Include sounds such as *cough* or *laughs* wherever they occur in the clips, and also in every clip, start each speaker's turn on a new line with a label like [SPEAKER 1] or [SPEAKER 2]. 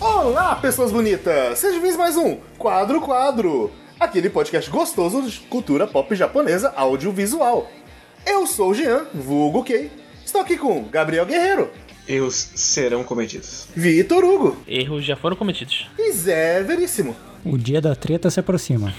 [SPEAKER 1] Olá, pessoas bonitas! Sejam bem-vindos a mais um Quadro Quadro, aquele podcast gostoso de cultura pop japonesa audiovisual. Eu sou o Jean, vulgo Kei. Estou aqui com Gabriel Guerreiro,
[SPEAKER 2] Erros serão cometidos.
[SPEAKER 1] Vitor Hugo
[SPEAKER 3] Erros já foram cometidos.
[SPEAKER 1] e Zé Veríssimo.
[SPEAKER 4] O dia da treta se aproxima.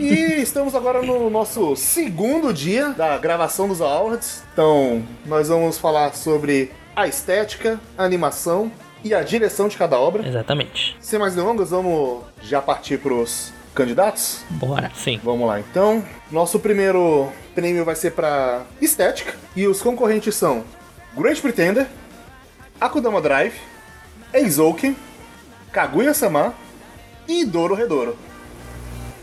[SPEAKER 1] E estamos agora no nosso segundo dia da gravação dos Awards. Então, nós vamos falar sobre a estética, a animação e a direção de cada obra.
[SPEAKER 3] Exatamente.
[SPEAKER 1] Sem mais delongas, vamos já partir pros candidatos?
[SPEAKER 3] Bora. Sim.
[SPEAKER 1] Vamos lá, então. Nosso primeiro prêmio vai ser pra estética. E os concorrentes são Great Pretender, Akudama Drive, Eizouken, Kaguya-sama e Doro Redoro.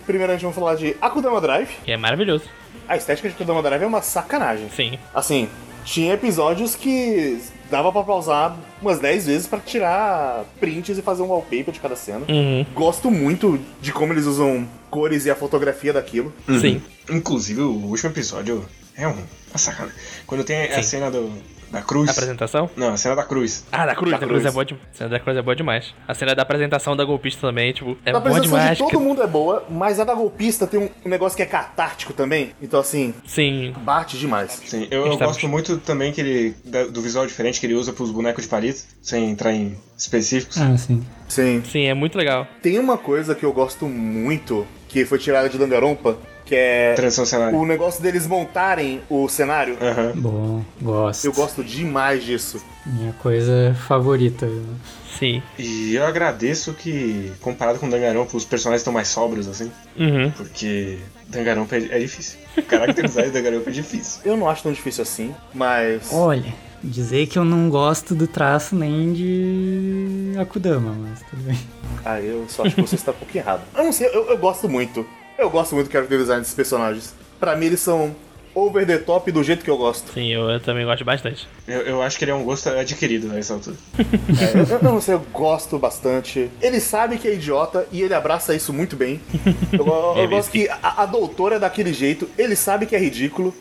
[SPEAKER 1] Primeiro a gente vai falar de Akudama Drive.
[SPEAKER 3] E é maravilhoso.
[SPEAKER 1] A estética de Akudama Drive é uma sacanagem.
[SPEAKER 3] Sim.
[SPEAKER 1] Assim, tinha episódios que dava pra pausar umas 10 vezes pra tirar prints e fazer um wallpaper de cada cena.
[SPEAKER 3] Uhum.
[SPEAKER 1] Gosto muito de como eles usam cores e a fotografia daquilo.
[SPEAKER 3] Sim.
[SPEAKER 2] Inclusive, o último episódio é um, uma sacana. Quando tem a
[SPEAKER 3] Sim.
[SPEAKER 2] cena do, da cruz.
[SPEAKER 3] Apresentação?
[SPEAKER 2] Não, a cena da cruz.
[SPEAKER 3] Ah, da cruz.
[SPEAKER 1] Da
[SPEAKER 3] Da, cruz.
[SPEAKER 1] cruz.
[SPEAKER 3] é boa demais. A cena da cruz é boa demais. A cena da apresentação da golpista também, tipo, é
[SPEAKER 1] a
[SPEAKER 3] boa
[SPEAKER 1] apresentação
[SPEAKER 3] demais.
[SPEAKER 1] de todo
[SPEAKER 3] cara.
[SPEAKER 1] mundo é boa, mas a da golpista tem um- um negócio que é catártico também. Então, assim,
[SPEAKER 3] Sim.
[SPEAKER 1] bate demais.
[SPEAKER 2] Sim, eu, eu
[SPEAKER 3] Está-
[SPEAKER 2] gosto muito também que ele, da- do visual diferente que ele usa pros bonecos de palito, sem entrar em específicos.
[SPEAKER 4] *laughs* Ah, sim.
[SPEAKER 1] Sim.
[SPEAKER 3] Sim, é muito legal.
[SPEAKER 1] Tem uma coisa que eu gosto muito, que foi tirada de Dangarompa, que é
[SPEAKER 2] Transição cenário.
[SPEAKER 1] o negócio deles montarem o cenário.
[SPEAKER 2] Aham.
[SPEAKER 4] Bom, gosto.
[SPEAKER 1] Eu gosto demais disso.
[SPEAKER 4] Minha coisa favorita.
[SPEAKER 3] Sim.
[SPEAKER 2] E eu agradeço que, comparado com o Danganronpa, os personagens estão mais sóbrios, assim.
[SPEAKER 3] Uhum.
[SPEAKER 2] Porque Danganronpa é, é difícil. Caracterizar o Danganronpa é difícil.
[SPEAKER 1] Eu não acho tão difícil assim, mas.
[SPEAKER 4] Olha, dizer que eu não gosto do traço nem de Akudama, mas tudo bem.
[SPEAKER 1] Ah, eu só acho que você está um pouquinho errado. Eu não sei, eu, eu gosto muito. Eu gosto muito do character design desses personagens. Pra mim, eles são over the top do jeito que eu gosto.
[SPEAKER 3] Sim, eu, eu também gosto bastante.
[SPEAKER 2] Eu, eu acho que ele é um gosto adquirido nessa altura.
[SPEAKER 1] É, eu, eu não sei, eu gosto bastante. Ele sabe que é idiota e ele abraça isso muito bem. Eu, eu- eu
[SPEAKER 3] É
[SPEAKER 1] gosto
[SPEAKER 3] mesmo.
[SPEAKER 1] que a, a doutora é daquele jeito, ele sabe que é ridículo.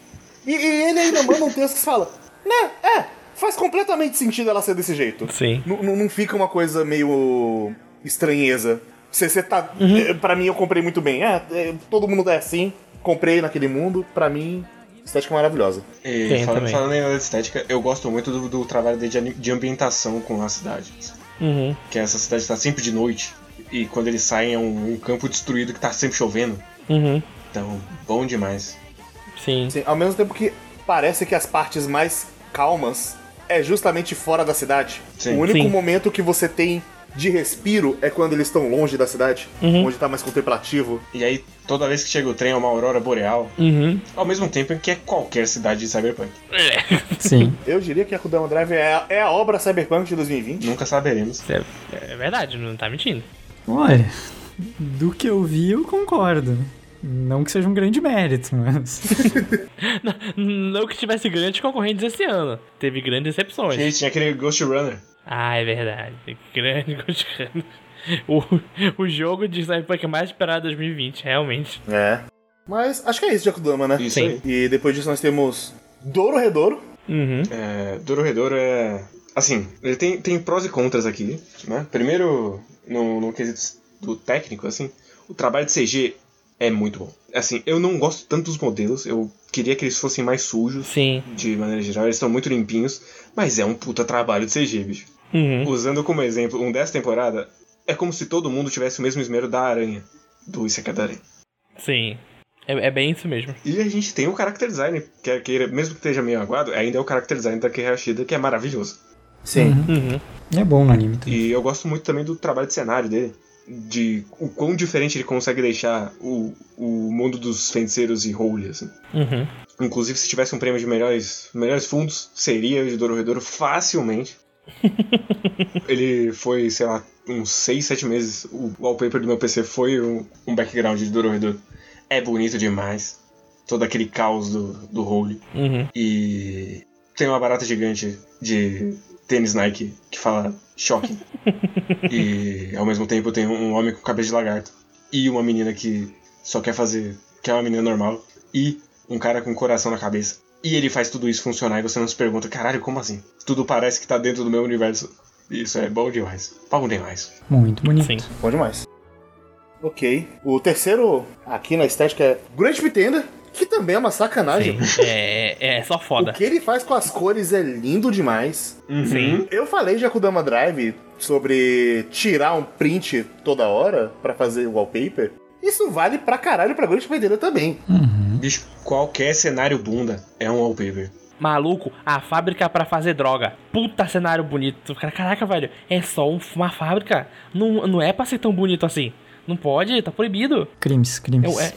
[SPEAKER 1] E, e ele ainda manda um texto que fala: né, é, faz completamente sentido ela ser desse jeito.
[SPEAKER 3] Sim.
[SPEAKER 1] Não- Não não fica uma coisa meio estranheza. Você, você tá. eh, Pra mim, eu comprei muito bem. É, é, todo mundo é assim. Comprei naquele mundo. Pra mim, estética maravilhosa.
[SPEAKER 2] E
[SPEAKER 3] Tem
[SPEAKER 2] É, fala-
[SPEAKER 3] também.
[SPEAKER 2] falando em estética, eu gosto muito do, do trabalho dele de, ani- de ambientação com a cidade.
[SPEAKER 3] Uhum.
[SPEAKER 2] Que essa cidade tá sempre de noite. E quando eles saem é um, um campo destruído que tá sempre chovendo.
[SPEAKER 3] Uhum.
[SPEAKER 2] Então, bom demais.
[SPEAKER 3] Sim.
[SPEAKER 1] Assim, ao mesmo tempo que parece que as partes mais calmas é justamente fora da cidade.
[SPEAKER 2] Sim.
[SPEAKER 1] O único
[SPEAKER 3] Sim.
[SPEAKER 1] momento que você tem de respiro é quando eles estão longe da cidade,
[SPEAKER 3] Uhum.
[SPEAKER 1] onde tá mais contemplativo.
[SPEAKER 2] E aí, toda vez que chega o trem é uma aurora boreal.
[SPEAKER 3] Uhum.
[SPEAKER 2] Ao mesmo tempo em que é qualquer cidade de Cyberpunk.
[SPEAKER 3] É.
[SPEAKER 4] Sim.
[SPEAKER 1] Eu diria que a Kudama Drive é a, é a obra Cyberpunk de 2020.
[SPEAKER 2] Nunca saberemos.
[SPEAKER 3] É, é verdade, não tá mentindo.
[SPEAKER 4] *laughs* Olha, do que eu vi, eu concordo. Não que seja um grande mérito, mas.
[SPEAKER 3] Não que tivesse grandes concorrentes esse ano. Teve grandes excepções.
[SPEAKER 2] Gente, tinha aquele Ghost Runner.
[SPEAKER 3] Ah, é verdade. Grande Ghost o, o jogo de Cyberpunk mais esperado de 2020, realmente.
[SPEAKER 1] É. Mas acho que é isso de Akudama, né?
[SPEAKER 2] Isso
[SPEAKER 3] Sim.
[SPEAKER 2] aí.
[SPEAKER 1] E depois disso nós temos Douro Redouro.
[SPEAKER 3] Uhum.
[SPEAKER 2] É, Dororedoro é. Assim, ele tem, tem prós e contras aqui, né? Primeiro, no, no quesito do técnico, assim, o trabalho de CG é muito bom. Assim, eu não gosto tanto dos modelos, eu queria que eles fossem mais sujos,
[SPEAKER 3] Sim.
[SPEAKER 2] de maneira geral, eles estão muito limpinhos, mas é um puta trabalho de CG, bicho.
[SPEAKER 3] Uhum.
[SPEAKER 2] Usando como exemplo um dessa temporada, é como se todo mundo tivesse o mesmo esmero da aranha, do Iseka da Aranha.
[SPEAKER 3] Sim. É, é bem isso mesmo.
[SPEAKER 2] E a gente tem o character design, que, é- que mesmo que esteja meio aguado, ainda é o character design da Kei Hashida, que é maravilhoso.
[SPEAKER 1] Sim.
[SPEAKER 3] Uhum.
[SPEAKER 4] É bom no anime. também.
[SPEAKER 2] E eu gosto muito também do trabalho de cenário dele. De o quão diferente ele consegue deixar o, o mundo dos feiticeiros e Holy, assim.
[SPEAKER 3] Uhum.
[SPEAKER 2] Inclusive, se tivesse um prêmio de melhores, melhores fundos, seria o de Dororedoro facilmente. ele foi, sei lá, uns 6, 7 meses. O wallpaper do meu PC foi um, um background de Dororedoro. É bonito demais. Todo aquele caos do, do Holy.
[SPEAKER 3] Uhum.
[SPEAKER 2] E tem uma barata gigante de tênis Nike que fala choque. e ao mesmo tempo tem um homem com cabeça de lagarto. E uma menina que só quer fazer. que é uma menina normal. E um cara com coração na cabeça. E ele faz tudo isso funcionar e você não se pergunta, caralho, como assim? Tudo parece que tá dentro do meu universo. Isso é bom demais. Bom demais.
[SPEAKER 4] Muito bonito.
[SPEAKER 3] Sim.
[SPEAKER 1] Bom demais. Ok. O terceiro aqui na estética é Grand Pretender, que também é uma sacanagem.
[SPEAKER 3] Sim. É, é, é só foda.
[SPEAKER 1] O que ele faz com as cores é lindo demais.
[SPEAKER 3] Sim.
[SPEAKER 1] Eu falei já com o Dama Drive sobre tirar um print toda hora pra fazer o wallpaper. Isso vale pra caralho pra Grand Pretender também.
[SPEAKER 2] Bicho, qualquer cenário bunda é um wallpaper.
[SPEAKER 3] Maluco, a fábrica pra fazer droga. Puta cenário bonito. Cara, Caraca, velho, é só um- uma fábrica. Não, não é pra ser tão bonito assim. Não pode, tá proibido.
[SPEAKER 4] Crimes, crimes.
[SPEAKER 3] É, é,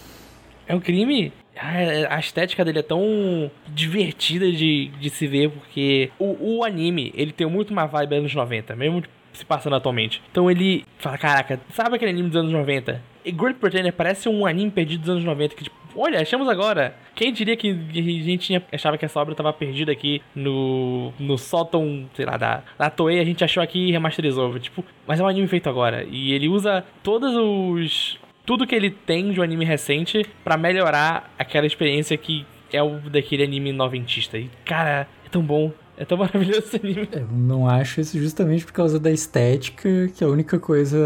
[SPEAKER 3] é um crime. Ah, é- A estética dele é tão divertida de, de se ver, porque o, o anime, ele tem muito uma vibe anos 90, mesmo se passando atualmente. Então ele fala, caraca, sabe aquele anime dos anos 90? E Great Pretender parece um anime perdido dos anos 90, que tipo, olha, achamos agora. Quem diria que a gente tinha- achava que essa obra tava perdida aqui no, no sótão, sei lá, da, da Toei, a gente achou aqui e remasterizou. Tipo, mas é um anime feito agora. E ele usa todos os tudo que ele tem de um anime recente pra melhorar aquela experiência que é o daquele anime noventista. E, cara, é tão bom. É tão *laughs* maravilhoso esse anime.
[SPEAKER 4] Eu não acho isso justamente por causa da estética, que a única coisa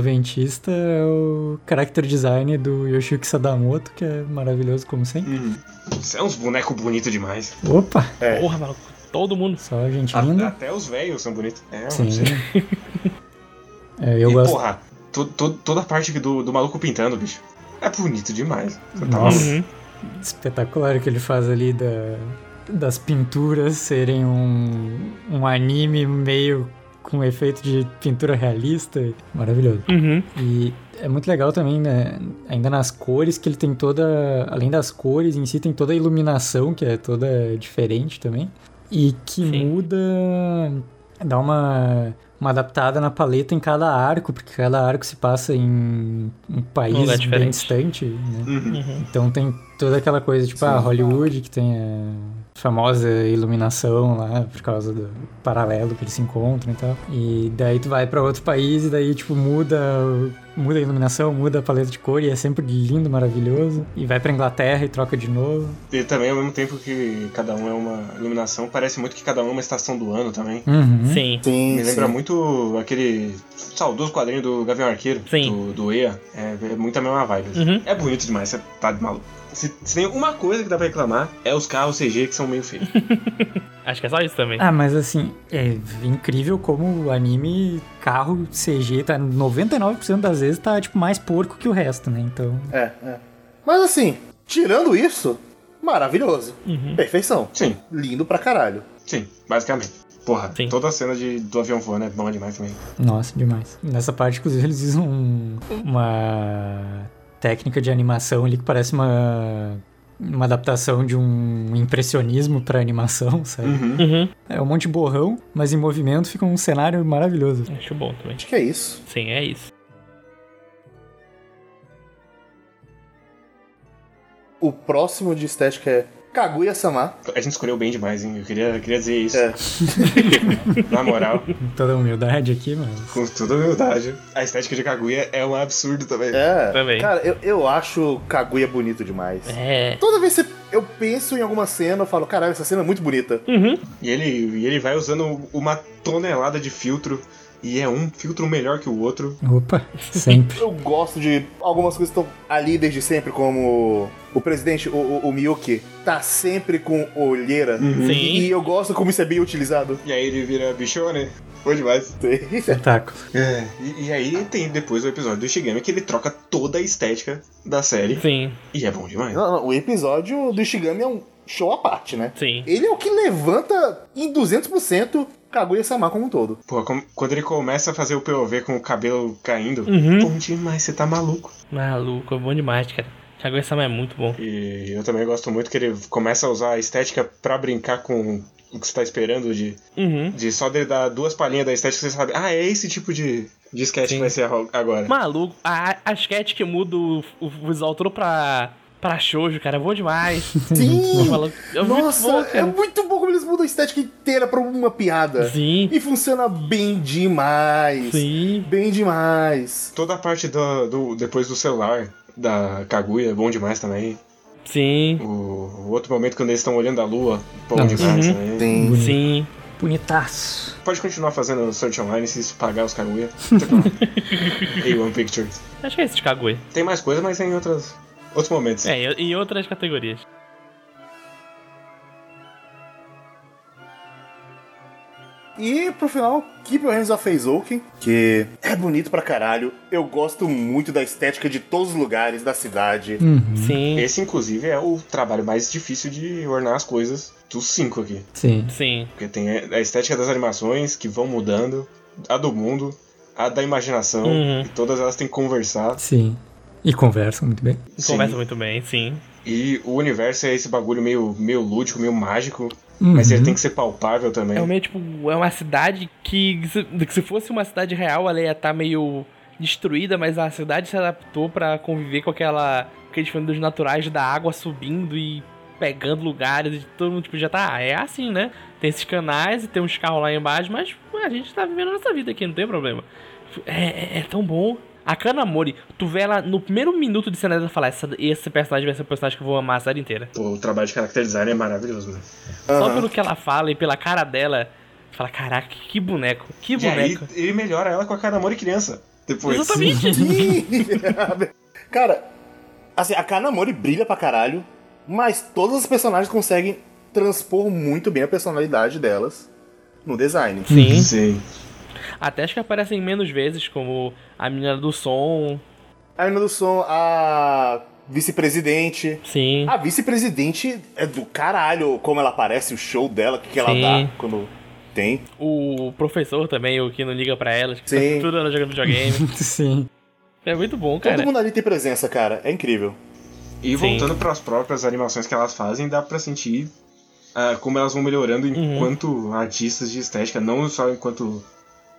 [SPEAKER 4] noventista é o character design do Yoshiki Sadamoto, que é maravilhoso como sempre.
[SPEAKER 2] Isso é uns bonecos bonitos demais.
[SPEAKER 4] Opa!
[SPEAKER 1] É.
[SPEAKER 3] Porra, maluco. Todo mundo.
[SPEAKER 4] Só gente
[SPEAKER 2] A-
[SPEAKER 4] linda.
[SPEAKER 2] até os velhos são bonitos. É, Ah, tá.
[SPEAKER 4] Sim.
[SPEAKER 2] não sei.
[SPEAKER 4] *laughs* É, eu
[SPEAKER 2] e,
[SPEAKER 4] gosto.
[SPEAKER 2] porra, to- to- toda a parte do, do maluco pintando, bicho, é bonito demais. Você tá
[SPEAKER 4] Nossa.
[SPEAKER 2] maluco?
[SPEAKER 3] Uhum,
[SPEAKER 4] espetacular que ele faz ali da, das pinturas serem um, um anime meio com efeito de pintura realista. Maravilhoso.
[SPEAKER 3] Uhum.
[SPEAKER 4] E é muito legal também, né? Ainda nas cores, que ele tem toda. Além das cores em si, tem toda a iluminação, que é toda diferente também. E que
[SPEAKER 3] Sim.
[SPEAKER 4] muda. dá uma. Uma adaptada na paleta em cada arco, porque cada arco se passa em um país
[SPEAKER 3] lugar
[SPEAKER 4] bem
[SPEAKER 3] diferente.
[SPEAKER 4] distante, né?
[SPEAKER 2] Uhum.
[SPEAKER 4] Então tem toda aquela coisa, tipo, ah, Hollywood, que tem a famosa iluminação lá, por causa do paralelo que eles se encontram e tal. E daí tu vai pra outro país e daí, tipo, muda, o- muda a iluminação, muda a paleta de cor e é sempre lindo, maravilhoso. E vai pra Inglaterra e troca de novo.
[SPEAKER 2] E também, ao mesmo tempo que cada um é uma iluminação, parece muito que cada um é uma estação do ano também.
[SPEAKER 4] Uhum.
[SPEAKER 3] Sim.
[SPEAKER 1] Sim,
[SPEAKER 2] Me lembra muito aquele saudoso quadrinho do Gavião Arqueiro,
[SPEAKER 3] Sim.
[SPEAKER 2] do, do EA. É, é muito a mesma vibe.
[SPEAKER 3] Uhum.
[SPEAKER 2] É bonito demais, você tá de maluco. Se, se tem uma coisa que dá pra reclamar, é os carros CG que são meio feios.
[SPEAKER 3] Acho que é só isso também.
[SPEAKER 4] Ah, mas assim, é incrível como o anime, carro, CG, tá 99% das vezes tá, tipo, mais porco que o resto, né? Então,
[SPEAKER 1] É, é. Mas assim, tirando isso, maravilhoso. Perfeição.
[SPEAKER 2] Sim,
[SPEAKER 1] Lindo pra caralho.
[SPEAKER 2] sim, basicamente. Porra,
[SPEAKER 3] Sim.
[SPEAKER 2] toda a cena de, do avião voando é bom demais também.
[SPEAKER 4] Nossa, demais. Nessa parte, inclusive, eles usam um- uma técnica de animação ali que parece uma, uma adaptação de um impressionismo pra animação, sabe?
[SPEAKER 2] Uhum.
[SPEAKER 3] Uhum.
[SPEAKER 4] É um monte de borrão, mas em movimento fica um cenário maravilhoso.
[SPEAKER 3] Acho bom também.
[SPEAKER 1] Acho que é isso.
[SPEAKER 3] Sim, é isso.
[SPEAKER 1] O próximo de estética é Kaguya-sama.
[SPEAKER 2] A gente escolheu bem demais, hein? Eu queria, queria dizer isso.
[SPEAKER 1] É.
[SPEAKER 2] *laughs* Na moral,
[SPEAKER 4] Com toda humildade aqui, mas.
[SPEAKER 2] com toda humildade. A estética de Kaguya é um absurdo também.
[SPEAKER 1] É.
[SPEAKER 3] Também.
[SPEAKER 1] Cara, eu, eu acho Kaguya bonito demais.
[SPEAKER 3] É.
[SPEAKER 1] Toda vez que eu penso em alguma cena, eu falo, caralho, essa cena é muito bonita.
[SPEAKER 3] Uhum.
[SPEAKER 2] E, ele, e ele vai usando uma tonelada de filtro. E é um filtro melhor que o outro. *laughs*
[SPEAKER 4] Opa, sempre.
[SPEAKER 1] Eu gosto de algumas coisas que estão ali desde sempre, como o presidente, o, o, o Miyuki, tá sempre com olheira.
[SPEAKER 3] Sim.
[SPEAKER 1] E eu gosto como isso é bem utilizado.
[SPEAKER 2] E aí ele vira bichone. Foi demais.
[SPEAKER 4] Espetáculo.
[SPEAKER 2] É, E, e aí tem depois o episódio do Shigami que ele troca toda a estética da série.
[SPEAKER 3] Sim,
[SPEAKER 2] E é bom demais.
[SPEAKER 1] *laughs* Não, não, o episódio do Ishigami é um show à parte, né?
[SPEAKER 3] sim.
[SPEAKER 1] Ele é o que levanta em 200% Kaguya-sama como um todo.
[SPEAKER 2] Pô, como- quando ele começa a fazer o POV com o cabelo caindo,
[SPEAKER 3] Uhum.
[SPEAKER 2] bom demais, você tá maluco.
[SPEAKER 3] Maluco, é bom demais, cara. Kaguya-sama é muito bom.
[SPEAKER 2] E eu também gosto muito que ele começa a usar a estética pra brincar com o que você tá esperando de,
[SPEAKER 3] Uhum.
[SPEAKER 2] de só de dar duas palhinhas da estética, você sabe, ah, é esse tipo de, de sketch que vai ser a- agora.
[SPEAKER 3] Maluco, a, a sketch que muda o, o visual todo pra, pra shoujo, cara, é bom demais.
[SPEAKER 1] Sim!
[SPEAKER 3] Maluco, é muito
[SPEAKER 1] Nossa,
[SPEAKER 3] bom,
[SPEAKER 1] é
[SPEAKER 3] cara.
[SPEAKER 1] muito bom como eles mudam a estética inteira pra uma piada.
[SPEAKER 3] Sim,
[SPEAKER 1] E funciona bem demais.
[SPEAKER 3] sim.
[SPEAKER 1] Bem demais.
[SPEAKER 2] Toda a parte do, do- depois do celular da Kaguya é bom demais também.
[SPEAKER 3] Sim,
[SPEAKER 2] O, o outro momento quando eles estão olhando a lua, bom
[SPEAKER 4] Não.
[SPEAKER 2] demais
[SPEAKER 3] Uhum.
[SPEAKER 2] também.
[SPEAKER 1] Sim.
[SPEAKER 3] sim.
[SPEAKER 4] Bonitaço.
[SPEAKER 2] Pode continuar fazendo search online se isso pagar os Kaguya. Tá A1 Pictures.
[SPEAKER 3] Acho que é esse de Kagui.
[SPEAKER 2] Tem mais coisa, mas é em outras, outros momentos.
[SPEAKER 3] É, em- em outras categorias.
[SPEAKER 1] E pro final, Keep Your Hands Off Eizouken, que é bonito pra caralho. Eu gosto muito da estética de todos os lugares da cidade.
[SPEAKER 4] *laughs* Uhum.
[SPEAKER 3] Sim,
[SPEAKER 2] Esse, inclusive, é o trabalho mais difícil de ornar as coisas dos cinco aqui.
[SPEAKER 4] Sim.
[SPEAKER 3] sim.
[SPEAKER 2] Porque tem a estética das animações que vão mudando, a do mundo, a da imaginação,
[SPEAKER 3] Uhum.
[SPEAKER 2] e todas elas têm que conversar.
[SPEAKER 4] Sim. E conversam muito bem.
[SPEAKER 2] Sim.
[SPEAKER 3] Conversa muito bem, sim.
[SPEAKER 2] E o universo é esse bagulho meio, meio lúdico, meio mágico,
[SPEAKER 4] Uhum.
[SPEAKER 2] mas ele tem que ser palpável também.
[SPEAKER 3] É meio tipo, é uma cidade que se, que se fosse uma cidade real, ela ia estar meio destruída, mas a cidade se adaptou pra conviver com aquela aqueles fenômenos naturais da água subindo e pegando lugares e todo mundo tipo já tá, ah, é assim, né? Tem esses canais e tem uns carros lá embaixo, mas ué, a gente tá vivendo a nossa vida aqui, não tem problema. É, é- é tão bom. A Kanamori, tu vê ela no primeiro minuto de cena dela falar, "Essa- esse personagem vai ser o personagem que eu vou amar a série inteira.
[SPEAKER 2] Pô, o trabalho de character design é maravilhoso, mano.
[SPEAKER 3] Só pelo que ela fala e pela cara dela, tu fala, caraca, que boneco, que
[SPEAKER 2] E aí,
[SPEAKER 3] boneco.
[SPEAKER 2] ele melhora ela com a cara amor e criança. Depois.
[SPEAKER 3] Exatamente.
[SPEAKER 1] *laughs* Cara, assim, a Kanamori brilha pra caralho, mas todas as personagens conseguem transpor muito bem a personalidade delas no design.
[SPEAKER 3] Sim.
[SPEAKER 2] Sim.
[SPEAKER 3] Até as que aparecem menos vezes, como a menina do som.
[SPEAKER 1] A Ana do Som, a vice-presidente.
[SPEAKER 3] Sim.
[SPEAKER 1] A vice-presidente é do caralho, como ela aparece, o show dela, o que, que ela
[SPEAKER 3] Sim.
[SPEAKER 1] dá quando tem.
[SPEAKER 3] O professor também, o que não liga pra elas. que
[SPEAKER 1] Sim.
[SPEAKER 3] tá Tudo ela jogando videogame.
[SPEAKER 4] Sim.
[SPEAKER 3] É muito bom,
[SPEAKER 1] Todo
[SPEAKER 3] cara.
[SPEAKER 1] mundo ali tem presença, cara. É incrível.
[SPEAKER 2] E voltando para as próprias animações que elas fazem, dá pra sentir ah, como elas vão melhorando enquanto artistas de estética, não só enquanto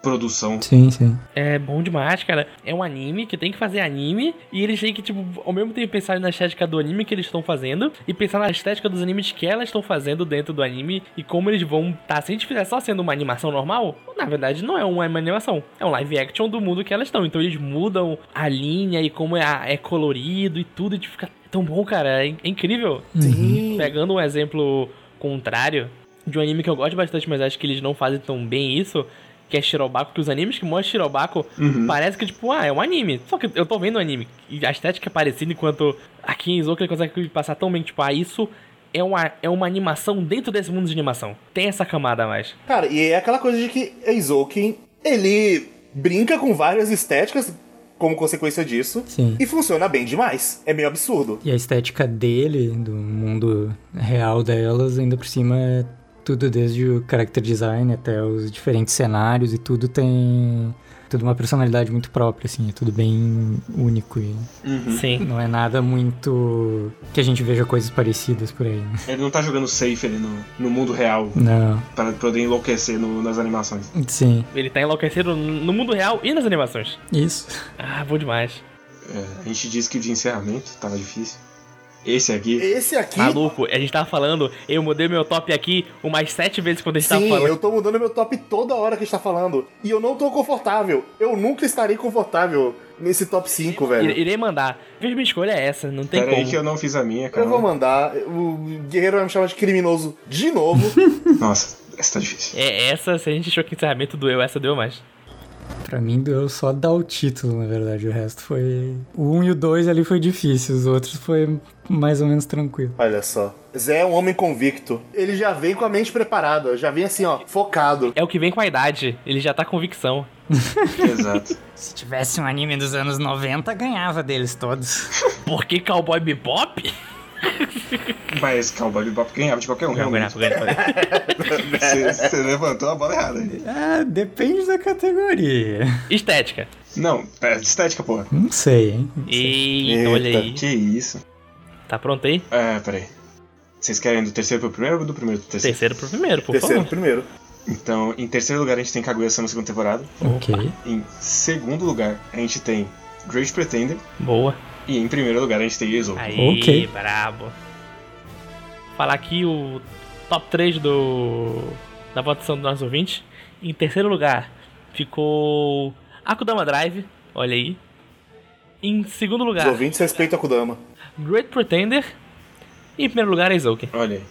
[SPEAKER 2] produção.
[SPEAKER 4] *laughs* Sim, sim.
[SPEAKER 3] É bom demais, cara. É um anime que tem que fazer anime. E eles têm que, tipo, ao mesmo tempo pensar na estética do anime que eles estão fazendo. E pensar na estética dos animes que elas estão fazendo dentro do anime. E como eles vão tá. Se a gente fizer só sendo uma animação normal, na verdade não é uma animação. É um live action do mundo que elas estão. Então eles mudam a linha e como é, é colorido e tudo. E tipo, fica tão bom, cara. É, in- é incrível.
[SPEAKER 1] Sim.
[SPEAKER 3] Pegando um exemplo contrário de um anime que eu gosto bastante, mas acho que eles não fazem tão bem isso, que é Shirobako, que os animes que mostram Shirobako parece que, tipo, ah, é um anime. Só que eu tô vendo um anime. E a estética é parecida, enquanto aqui em Izoka ele consegue passar tão bem, tipo, ah, isso é uma, é uma animação dentro desse mundo de animação. Tem essa camada a mais.
[SPEAKER 1] Cara, e é aquela coisa de que Eizouken, ele brinca com várias estéticas como consequência disso.
[SPEAKER 4] Sim.
[SPEAKER 1] E funciona bem demais. É meio absurdo.
[SPEAKER 4] E a estética dele, do mundo real delas, ainda por cima é tudo desde o character design até os diferentes cenários e tudo tem tudo uma personalidade muito própria, assim, é tudo bem único e
[SPEAKER 2] Hum.
[SPEAKER 3] Sim.
[SPEAKER 4] não é nada muito que a gente veja coisas parecidas por aí. *laughs* né?
[SPEAKER 2] Ele não tá jogando safe ali no, no mundo real
[SPEAKER 4] Não,
[SPEAKER 2] para poder enlouquecer no- nas animações.
[SPEAKER 4] sim,
[SPEAKER 3] Ele tá enlouquecido no mundo real e nas animações.
[SPEAKER 4] isso.
[SPEAKER 3] Ah, bom demais.
[SPEAKER 2] É, a gente disse que o de encerramento tava difícil. Esse aqui.
[SPEAKER 1] Esse aqui.
[SPEAKER 3] Maluco, a gente tava falando, eu mudei meu top aqui umas sete vezes quando a gente tava
[SPEAKER 1] Sim,
[SPEAKER 3] tá falando.
[SPEAKER 1] eu tô mudando meu top toda hora que a gente tá falando. E eu não tô confortável. Eu nunca estarei confortável nesse top 5,
[SPEAKER 3] I-
[SPEAKER 1] velho.
[SPEAKER 3] Irei mandar. Veja, minha escolha é essa, não tem
[SPEAKER 2] Pera
[SPEAKER 3] como.
[SPEAKER 2] aí que eu não fiz a minha, cara.
[SPEAKER 1] Eu vou mandar. O Guerreiro vai me chamar de criminoso de
[SPEAKER 3] *laughs*
[SPEAKER 1] novo.
[SPEAKER 2] Nossa, essa tá difícil.
[SPEAKER 3] É essa, se a gente achou que encerramento doeu, essa doeu mais.
[SPEAKER 4] Pra mim doeu só dar o título, na verdade, o resto foi o 1 e o 2 ali foi difícil, os outros foi mais ou menos tranquilo.
[SPEAKER 1] Olha só. Zé é um homem convicto. Ele já vem com a mente preparada. Já vem assim, ó, focado.
[SPEAKER 3] É o que vem com a idade, ele já tá com convicção.
[SPEAKER 2] Exato.
[SPEAKER 4] Se tivesse um anime dos anos 90, ganhava deles todos.
[SPEAKER 3] Por que Cowboy Bebop?
[SPEAKER 2] Mas Cowboy Bebop ganhava de qualquer um,
[SPEAKER 3] Não,
[SPEAKER 2] realmente.
[SPEAKER 3] Renato, Renato.
[SPEAKER 2] Você, você levantou a bola errada. aí.
[SPEAKER 4] Ah, depende da categoria.
[SPEAKER 3] *laughs* Estética.
[SPEAKER 2] Não, é estética, porra.
[SPEAKER 4] Não sei, hein?
[SPEAKER 3] Eita, então, olha aí.
[SPEAKER 2] Que isso.
[SPEAKER 3] Tá pronto aí?
[SPEAKER 2] É, peraí. Vocês querem do terceiro pro primeiro ou do primeiro pro terceiro?
[SPEAKER 3] Terceiro pro primeiro, por
[SPEAKER 1] Terceiro,
[SPEAKER 3] favor.
[SPEAKER 1] primeiro.
[SPEAKER 2] Então, em terceiro lugar a gente tem Kaguya-sama segunda temporada.
[SPEAKER 4] Ok.
[SPEAKER 2] Em segundo lugar a gente tem Great Pretender.
[SPEAKER 3] Boa.
[SPEAKER 2] E em primeiro lugar a gente tem Izo.
[SPEAKER 3] Aí,
[SPEAKER 4] Ok.
[SPEAKER 3] brabo. Falar aqui o top 3 do da votação do nosso ouvinte. Em terceiro lugar ficou Akudama Drive, olha aí. Em segundo
[SPEAKER 1] Os
[SPEAKER 3] lugar,
[SPEAKER 1] ouvintes respeitam a Kudama.
[SPEAKER 3] Great Pretender. E em primeiro lugar, Eizouken.
[SPEAKER 2] Olha aí.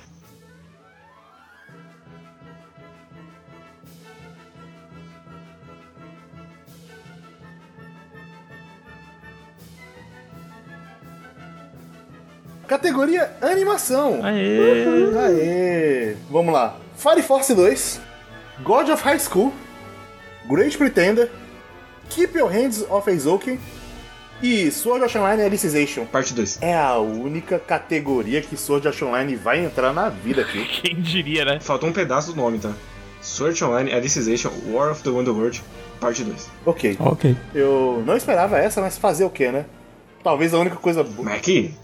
[SPEAKER 1] Categoria animação.
[SPEAKER 3] Aê!
[SPEAKER 1] Aê! Vamos lá. Fire Force 2, God of High School, Great Pretender, Keep Your Hands Off Eizouken e Sword Art Online Alicization.
[SPEAKER 2] Parte 2.
[SPEAKER 1] É a única categoria que Sword Art Online vai entrar na vida aqui.
[SPEAKER 3] Quem diria, né?
[SPEAKER 2] Faltou um pedaço do nome, tá? Search Online Alicization War of the Wonderworld, parte 2.
[SPEAKER 1] Ok.
[SPEAKER 4] Ok.
[SPEAKER 1] Eu não esperava essa, mas fazer o quê, né? Talvez a única coisa
[SPEAKER 2] Mas aqui,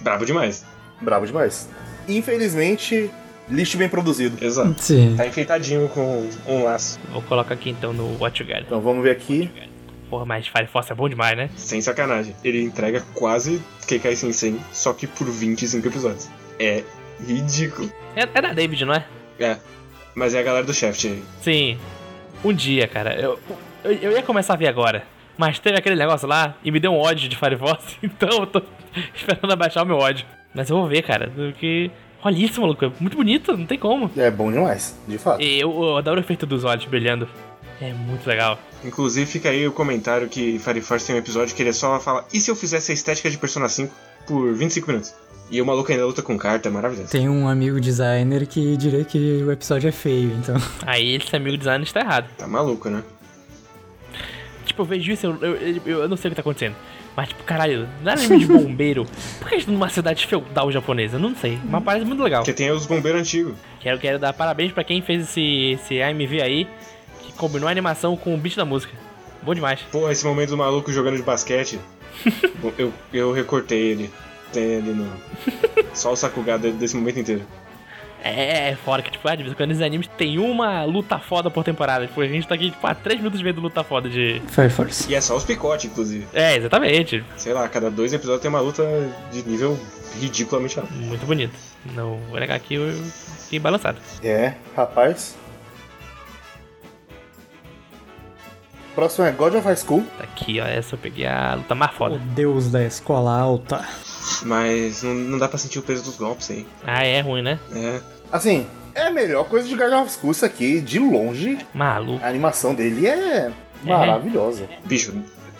[SPEAKER 2] brabo demais.
[SPEAKER 1] brabo demais. Infelizmente, lixo bem produzido.
[SPEAKER 2] Exato.
[SPEAKER 4] Sim.
[SPEAKER 2] Tá enfeitadinho com um laço.
[SPEAKER 3] Vou colocar aqui então no What You Got.
[SPEAKER 1] Então vamos ver aqui.
[SPEAKER 3] Porra, mas Fire Force é bom demais, né?
[SPEAKER 2] Sem sacanagem. Ele entrega quase Kekai Sensei, só que por 25 episódios. É ridículo.
[SPEAKER 3] É, é da David, não é?
[SPEAKER 2] É. Mas é a galera do Shaft aí.
[SPEAKER 3] Sim. Um dia, cara. Eu, eu, eu ia começar a ver agora. Mas teve aquele negócio lá e me deu um ódio de Fire Force. *laughs* Então eu tô esperando abaixar o meu ódio. Mas eu vou ver, cara. Porque. Olha isso, maluco. É muito bonito, não tem como.
[SPEAKER 1] É bom demais, de fato.
[SPEAKER 3] E eu, eu adoro o efeito dos olhos brilhando. É muito legal.
[SPEAKER 2] Inclusive, fica aí o comentário que Fire Force tem um episódio que ele só fala: e se eu fizesse a estética de Persona 5 por 25 minutos? E o maluco ainda luta com carta, é maravilhoso.
[SPEAKER 4] Tem um amigo designer que diria que o episódio é feio, então.
[SPEAKER 3] Aí esse amigo designer está errado.
[SPEAKER 2] Tá maluco, né?
[SPEAKER 3] Tipo, eu vejo isso, eu, eu, eu- eu não sei o que tá acontecendo. Mas, tipo, caralho, não era anime de bombeiro. Por que a gente numa cidade feudal japonesa? Eu Não sei, mas parece muito legal.
[SPEAKER 2] Porque tem os bombeiros antigos.
[SPEAKER 3] Quero, quero dar parabéns pra quem fez esse, esse AMV aí, que combinou a animação com o beat da música. Bom demais.
[SPEAKER 2] Porra, esse momento do maluco jogando de basquete. Bom, eu, eu recortei ele. Tem ele no. Só o sacugado desse momento inteiro.
[SPEAKER 3] É, é fora que, tipo, ah, de vez em quando esses animes tem uma luta foda por temporada. Tipo, a gente tá aqui, tipo, há 3 minutos vendo luta foda de...
[SPEAKER 4] Fire Force.
[SPEAKER 2] E é só os picotes, inclusive.
[SPEAKER 3] É, exatamente.
[SPEAKER 2] Sei lá, cada dois episódios tem uma luta de nível ridiculamente alto.
[SPEAKER 3] Muito bonito. Não vou negar que eu eu fiquei balançado.
[SPEAKER 1] É, rapaz. Próximo é God of High School.
[SPEAKER 3] Tá aqui, ó, essa eu peguei a luta mais
[SPEAKER 4] O
[SPEAKER 3] foda.
[SPEAKER 4] deus da escola alta.
[SPEAKER 2] Mas não, não dá pra sentir o peso dos golpes aí.
[SPEAKER 3] Ah, é ruim, né?
[SPEAKER 2] É.
[SPEAKER 1] Assim, é a melhor coisa de God of School isso aqui, de longe.
[SPEAKER 3] Maluco.
[SPEAKER 1] A animação dele é maravilhosa.
[SPEAKER 2] Bicho,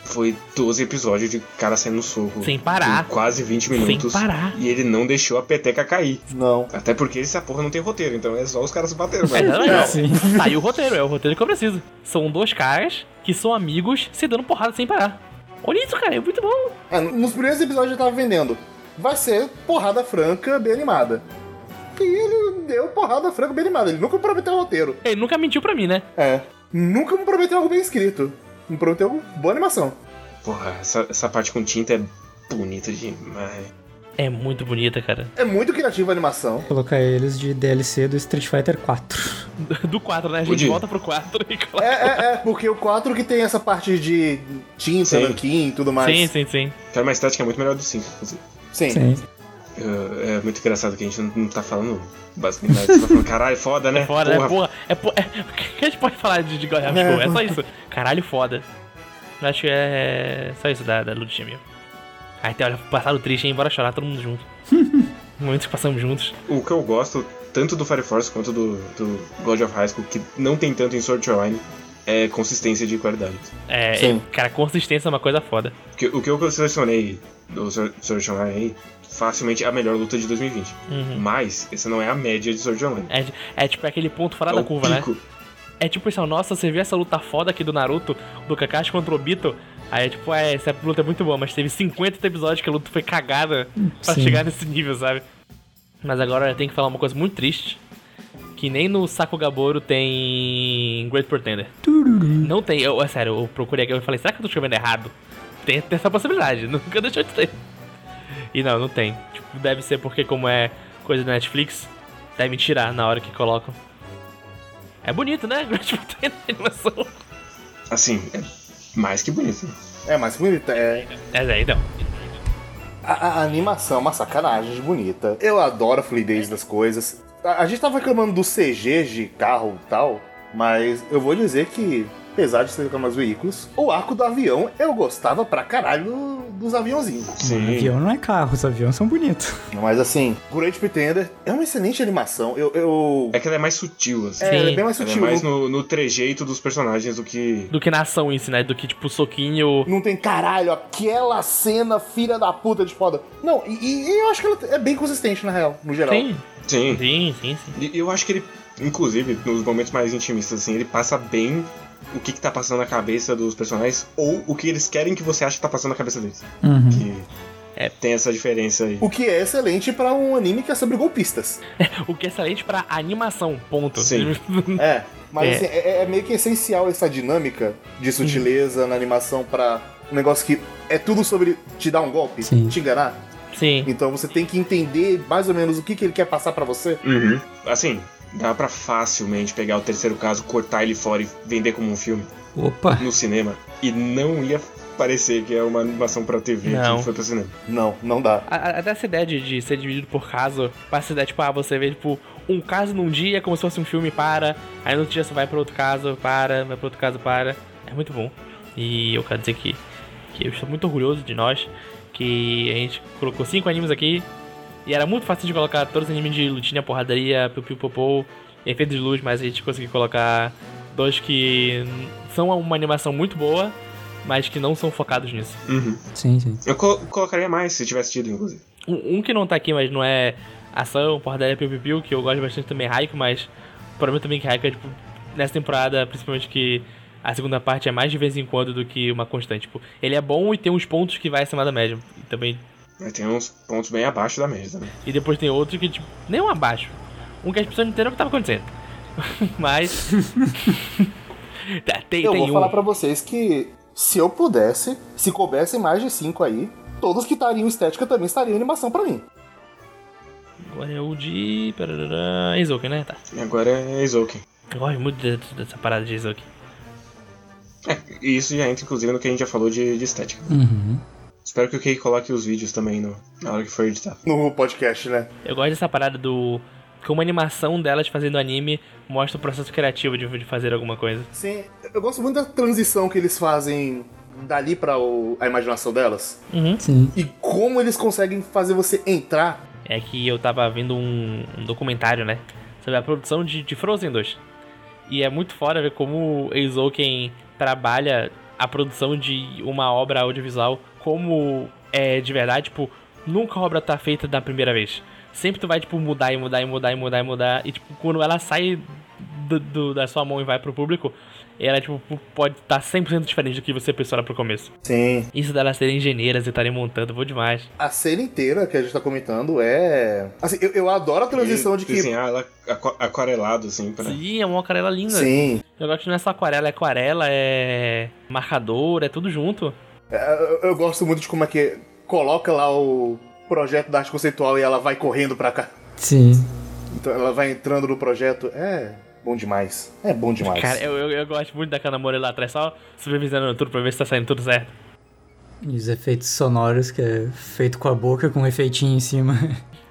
[SPEAKER 2] foi 12 episódios de cara saindo no soco.
[SPEAKER 3] Sem parar.
[SPEAKER 2] Em quase 20
[SPEAKER 3] Sem
[SPEAKER 2] minutos.
[SPEAKER 3] parar.
[SPEAKER 2] E ele não deixou a peteca cair.
[SPEAKER 1] Não.
[SPEAKER 2] Até porque essa porra não tem roteiro, então é só os caras se bateram.
[SPEAKER 3] É,
[SPEAKER 2] velho.
[SPEAKER 3] não, não.
[SPEAKER 4] Sim.
[SPEAKER 3] Saiu o roteiro, é o roteiro que eu preciso. São dois caras que são amigos se dando porrada sem parar. Olha isso, cara, é muito bom.
[SPEAKER 1] Ah, nos primeiros episódios eu tava vendendo. Vai ser porrada franca bem animada. E ele deu porrada franca bem animada. Ele nunca me prometeu um roteiro.
[SPEAKER 3] Ele nunca mentiu pra mim, né?
[SPEAKER 1] É. Nunca me prometeu algo bem escrito. Me prometeu boa animação.
[SPEAKER 2] Porra, essa, essa parte com tinta é bonita demais.
[SPEAKER 3] É muito bonita, cara.
[SPEAKER 1] É muito criativa a animação.
[SPEAKER 4] Colocar eles de DLC do Street Fighter 4.
[SPEAKER 3] Do 4, né? A gente
[SPEAKER 2] Podia.
[SPEAKER 3] volta pro 4 e coloca.
[SPEAKER 1] É, é, é, porque o 4 que tem essa parte de tinta,
[SPEAKER 2] Sim.
[SPEAKER 1] nanquim e tudo mais.
[SPEAKER 3] Sim, sim, sim.
[SPEAKER 2] Cara, uma estética é muito melhor do 5, inclusive.
[SPEAKER 1] Sim.
[SPEAKER 4] Sim.
[SPEAKER 2] Uh, É muito engraçado que a gente não, não tá falando basicamente nada. Você tá falando, caralho, foda, né?
[SPEAKER 3] Foda,
[SPEAKER 2] Porra,
[SPEAKER 3] né? Porra. *laughs* É, porra. É, *laughs* o que a gente pode falar de, de God of School? É só isso. Caralho, foda. Eu Acho que é só isso da, da Lutinha mesmo. Aí tem, olha, passado triste, hein? Bora chorar todo mundo junto. Momentos que passamos juntos.
[SPEAKER 2] O que eu gosto, tanto do Fire Force quanto do, do God of High School, que não tem tanto em Sword Art Online, é consistência de qualidade.
[SPEAKER 3] É,
[SPEAKER 1] Sim.
[SPEAKER 3] é, cara, consistência é uma coisa foda.
[SPEAKER 2] Que- o que eu selecionei do Sword Sword Art Online aí, facilmente é a melhor luta de 2020. Mas, essa não é a média de Sword Art Online.
[SPEAKER 3] Uhum. É, é tipo aquele ponto fora
[SPEAKER 2] É
[SPEAKER 3] da
[SPEAKER 2] o
[SPEAKER 3] curva, né?
[SPEAKER 2] pico.
[SPEAKER 3] É tipo isso, nossa, você viu essa luta foda aqui do Naruto, do Kakashi contra o Obito? Aí é tipo, é, essa luta é muito boa, mas teve 50 episódios que a luta foi cagada pra
[SPEAKER 4] Sim.
[SPEAKER 3] chegar nesse nível, sabe? Mas agora eu tenho que falar uma coisa muito triste. Que nem no Saco Gaboro tem Great Pretender. Não tem, eu, é sério, eu procurei aqui, eu falei, será que eu tô escrevendo errado? Tem, tem essa possibilidade, *laughs* nunca deixou de ter. E não, não tem. Tipo, deve ser porque como é coisa da Netflix, deve tirar na hora que colocam. É bonito, né? *laughs* Great Pretender a animação.
[SPEAKER 2] Assim, é mais que bonito. né?
[SPEAKER 1] É, mas bonita. É,
[SPEAKER 3] Mas é, então.
[SPEAKER 1] a, a- a animação é uma sacanagem de bonita. Eu adoro a fluidez das coisas. A, a gente tava reclamando do CG de carro e tal, mas eu vou dizer que, apesar de ser reclamar dos veículos, o arco do avião eu gostava pra caralho dos aviãozinhos.
[SPEAKER 2] Sim.
[SPEAKER 4] Avião não é carro, os aviões são bonitos.
[SPEAKER 1] Mas assim, Great Pretender é uma excelente animação. Eu. eu...
[SPEAKER 2] É que ela é mais sutil, assim.
[SPEAKER 1] É, ela é bem mais
[SPEAKER 2] Ela é
[SPEAKER 1] sutil.
[SPEAKER 2] mais no, no trejeito dos personagens do que.
[SPEAKER 3] Do que na ação em si, né? Do que, tipo, soquinho.
[SPEAKER 1] Não tem caralho, aquela cena filha da puta de foda. Não, e, e- e eu acho que ela é bem consistente, na real, no geral.
[SPEAKER 3] Sim,
[SPEAKER 2] Sim.
[SPEAKER 3] sim, sim, sim.
[SPEAKER 2] E eu acho que ele, inclusive, nos momentos mais intimistas, assim, ele passa bem o que, que tá passando na cabeça dos personagens ou o que eles querem que você acha que tá passando na cabeça deles.
[SPEAKER 4] Uhum.
[SPEAKER 2] Que
[SPEAKER 3] É.
[SPEAKER 2] tem essa diferença aí.
[SPEAKER 1] O que é excelente pra um anime que é sobre golpistas.
[SPEAKER 3] O que é excelente pra animação, ponto.
[SPEAKER 2] Sim.
[SPEAKER 1] É. Mas
[SPEAKER 3] É.
[SPEAKER 1] assim, é, é meio que essencial essa dinâmica de sutileza na animação pra um negócio que é tudo sobre te dar um golpe,
[SPEAKER 4] Sim.
[SPEAKER 1] te enganar.
[SPEAKER 3] *laughs* Sim.
[SPEAKER 1] Então você tem que entender mais ou menos o que, que ele quer passar pra você.
[SPEAKER 2] Uhum. Assim, dá pra facilmente pegar o terceiro caso, cortar ele fora e vender como um filme
[SPEAKER 4] Opa!
[SPEAKER 2] no cinema e não ia parecer que é uma animação pra TV
[SPEAKER 3] Não.
[SPEAKER 2] que foi pro cinema.
[SPEAKER 1] Não, não dá.
[SPEAKER 3] A- a- Até essa ideia de, de ser dividido por caso, passa essa ideia, tipo, ah, você vê, tipo, um caso num dia, como se fosse um filme, para, aí no outro dia você vai pra outro caso, para, vai pra outro caso, para. É muito bom. E eu quero dizer que, que eu estou muito orgulhoso de nós, que a gente colocou cinco animes aqui, e era muito fácil de colocar todos os animes de lutinha, porradaria, piu piu popô, efeitos de luz, mas a gente conseguiu colocar dois que são uma animação muito boa, mas que não são focados nisso.
[SPEAKER 2] Uhum.
[SPEAKER 4] Sim, sim.
[SPEAKER 2] Eu co- colocaria mais se tivesse tido, inclusive.
[SPEAKER 3] Um, um que não tá aqui, mas não é ação, porradaria piu piu piu, que eu gosto bastante também é Raikou, mas o problema também é que Raikou é, tipo, nessa temporada, principalmente que a segunda parte é mais de vez em quando do que uma constante. Tipo, ele é bom e tem uns pontos que vai acima da média. E também.
[SPEAKER 2] Mas tem uns pontos bem abaixo da média também.
[SPEAKER 3] E depois tem outro que, tipo, nem um abaixo. Um que as pessoas não entenderam o que tava acontecendo.
[SPEAKER 1] *laughs*
[SPEAKER 3] *laughs* mas. Tá, tem,
[SPEAKER 1] Eu
[SPEAKER 3] tem
[SPEAKER 1] vou
[SPEAKER 3] um.
[SPEAKER 1] falar pra vocês que se eu pudesse, se coubesse mais de cinco aí, todos que estariam estética também estariam em animação pra mim.
[SPEAKER 3] Agora é o de. Parará, Izuki, né? Tá.
[SPEAKER 2] E agora é Isoken.
[SPEAKER 3] Eu gosto muito de- dessa parada de Izuki.
[SPEAKER 2] É, e isso já entra, inclusive, no que a gente já falou de, de estética.
[SPEAKER 4] Uhum.
[SPEAKER 2] Espero que o Kei coloque os vídeos também no, na hora que for editar.
[SPEAKER 1] No podcast, né?
[SPEAKER 3] Eu gosto dessa parada do. Como a animação delas fazendo anime mostra o processo criativo de, de fazer alguma coisa.
[SPEAKER 1] Sim, eu gosto muito da transição que eles fazem dali pra o- a imaginação delas.
[SPEAKER 3] Uhum.
[SPEAKER 4] Sim.
[SPEAKER 1] E como eles conseguem fazer você entrar.
[SPEAKER 3] É que eu tava vendo um, um documentário, né? Sobre a produção de, de Frozen 2. E é muito fora ver como o Eizouken trabalha a produção de uma obra audiovisual como é de verdade, tipo, nunca a obra tá feita da primeira vez. Sempre tu vai, tipo, mudar e mudar e mudar e mudar e mudar. E, tipo, quando ela sai do- do- da sua mão e vai pro público, ela, tipo, pode estar 100% diferente do que você pensou lá pro começo.
[SPEAKER 1] Sim.
[SPEAKER 3] Isso delas serem engenheiras e estarem montando, vou demais.
[SPEAKER 1] A cena inteira que a gente tá comentando é. Assim, eu, eu adoro a transição
[SPEAKER 2] E
[SPEAKER 1] de que.
[SPEAKER 2] Desenhar assim, ah, ela aqua- aquarelado, assim, pra.
[SPEAKER 3] Sim, é uma aquarela linda.
[SPEAKER 1] Sim.
[SPEAKER 3] Eu gosto que não é só aquarela, é aquarela, é marcador, é tudo junto.
[SPEAKER 1] É, Eu, eu gosto muito de como é que coloca lá o projeto da arte conceitual e ela vai correndo pra cá.
[SPEAKER 4] Sim.
[SPEAKER 1] Então ela vai entrando no projeto. É bom demais. É bom demais.
[SPEAKER 3] Cara, eu, eu, eu gosto muito daquela namora lá atrás, só supervisionando tudo pra ver se tá saindo tudo certo.
[SPEAKER 4] E os efeitos sonoros, que é feito com a boca, com um efeitinho em cima.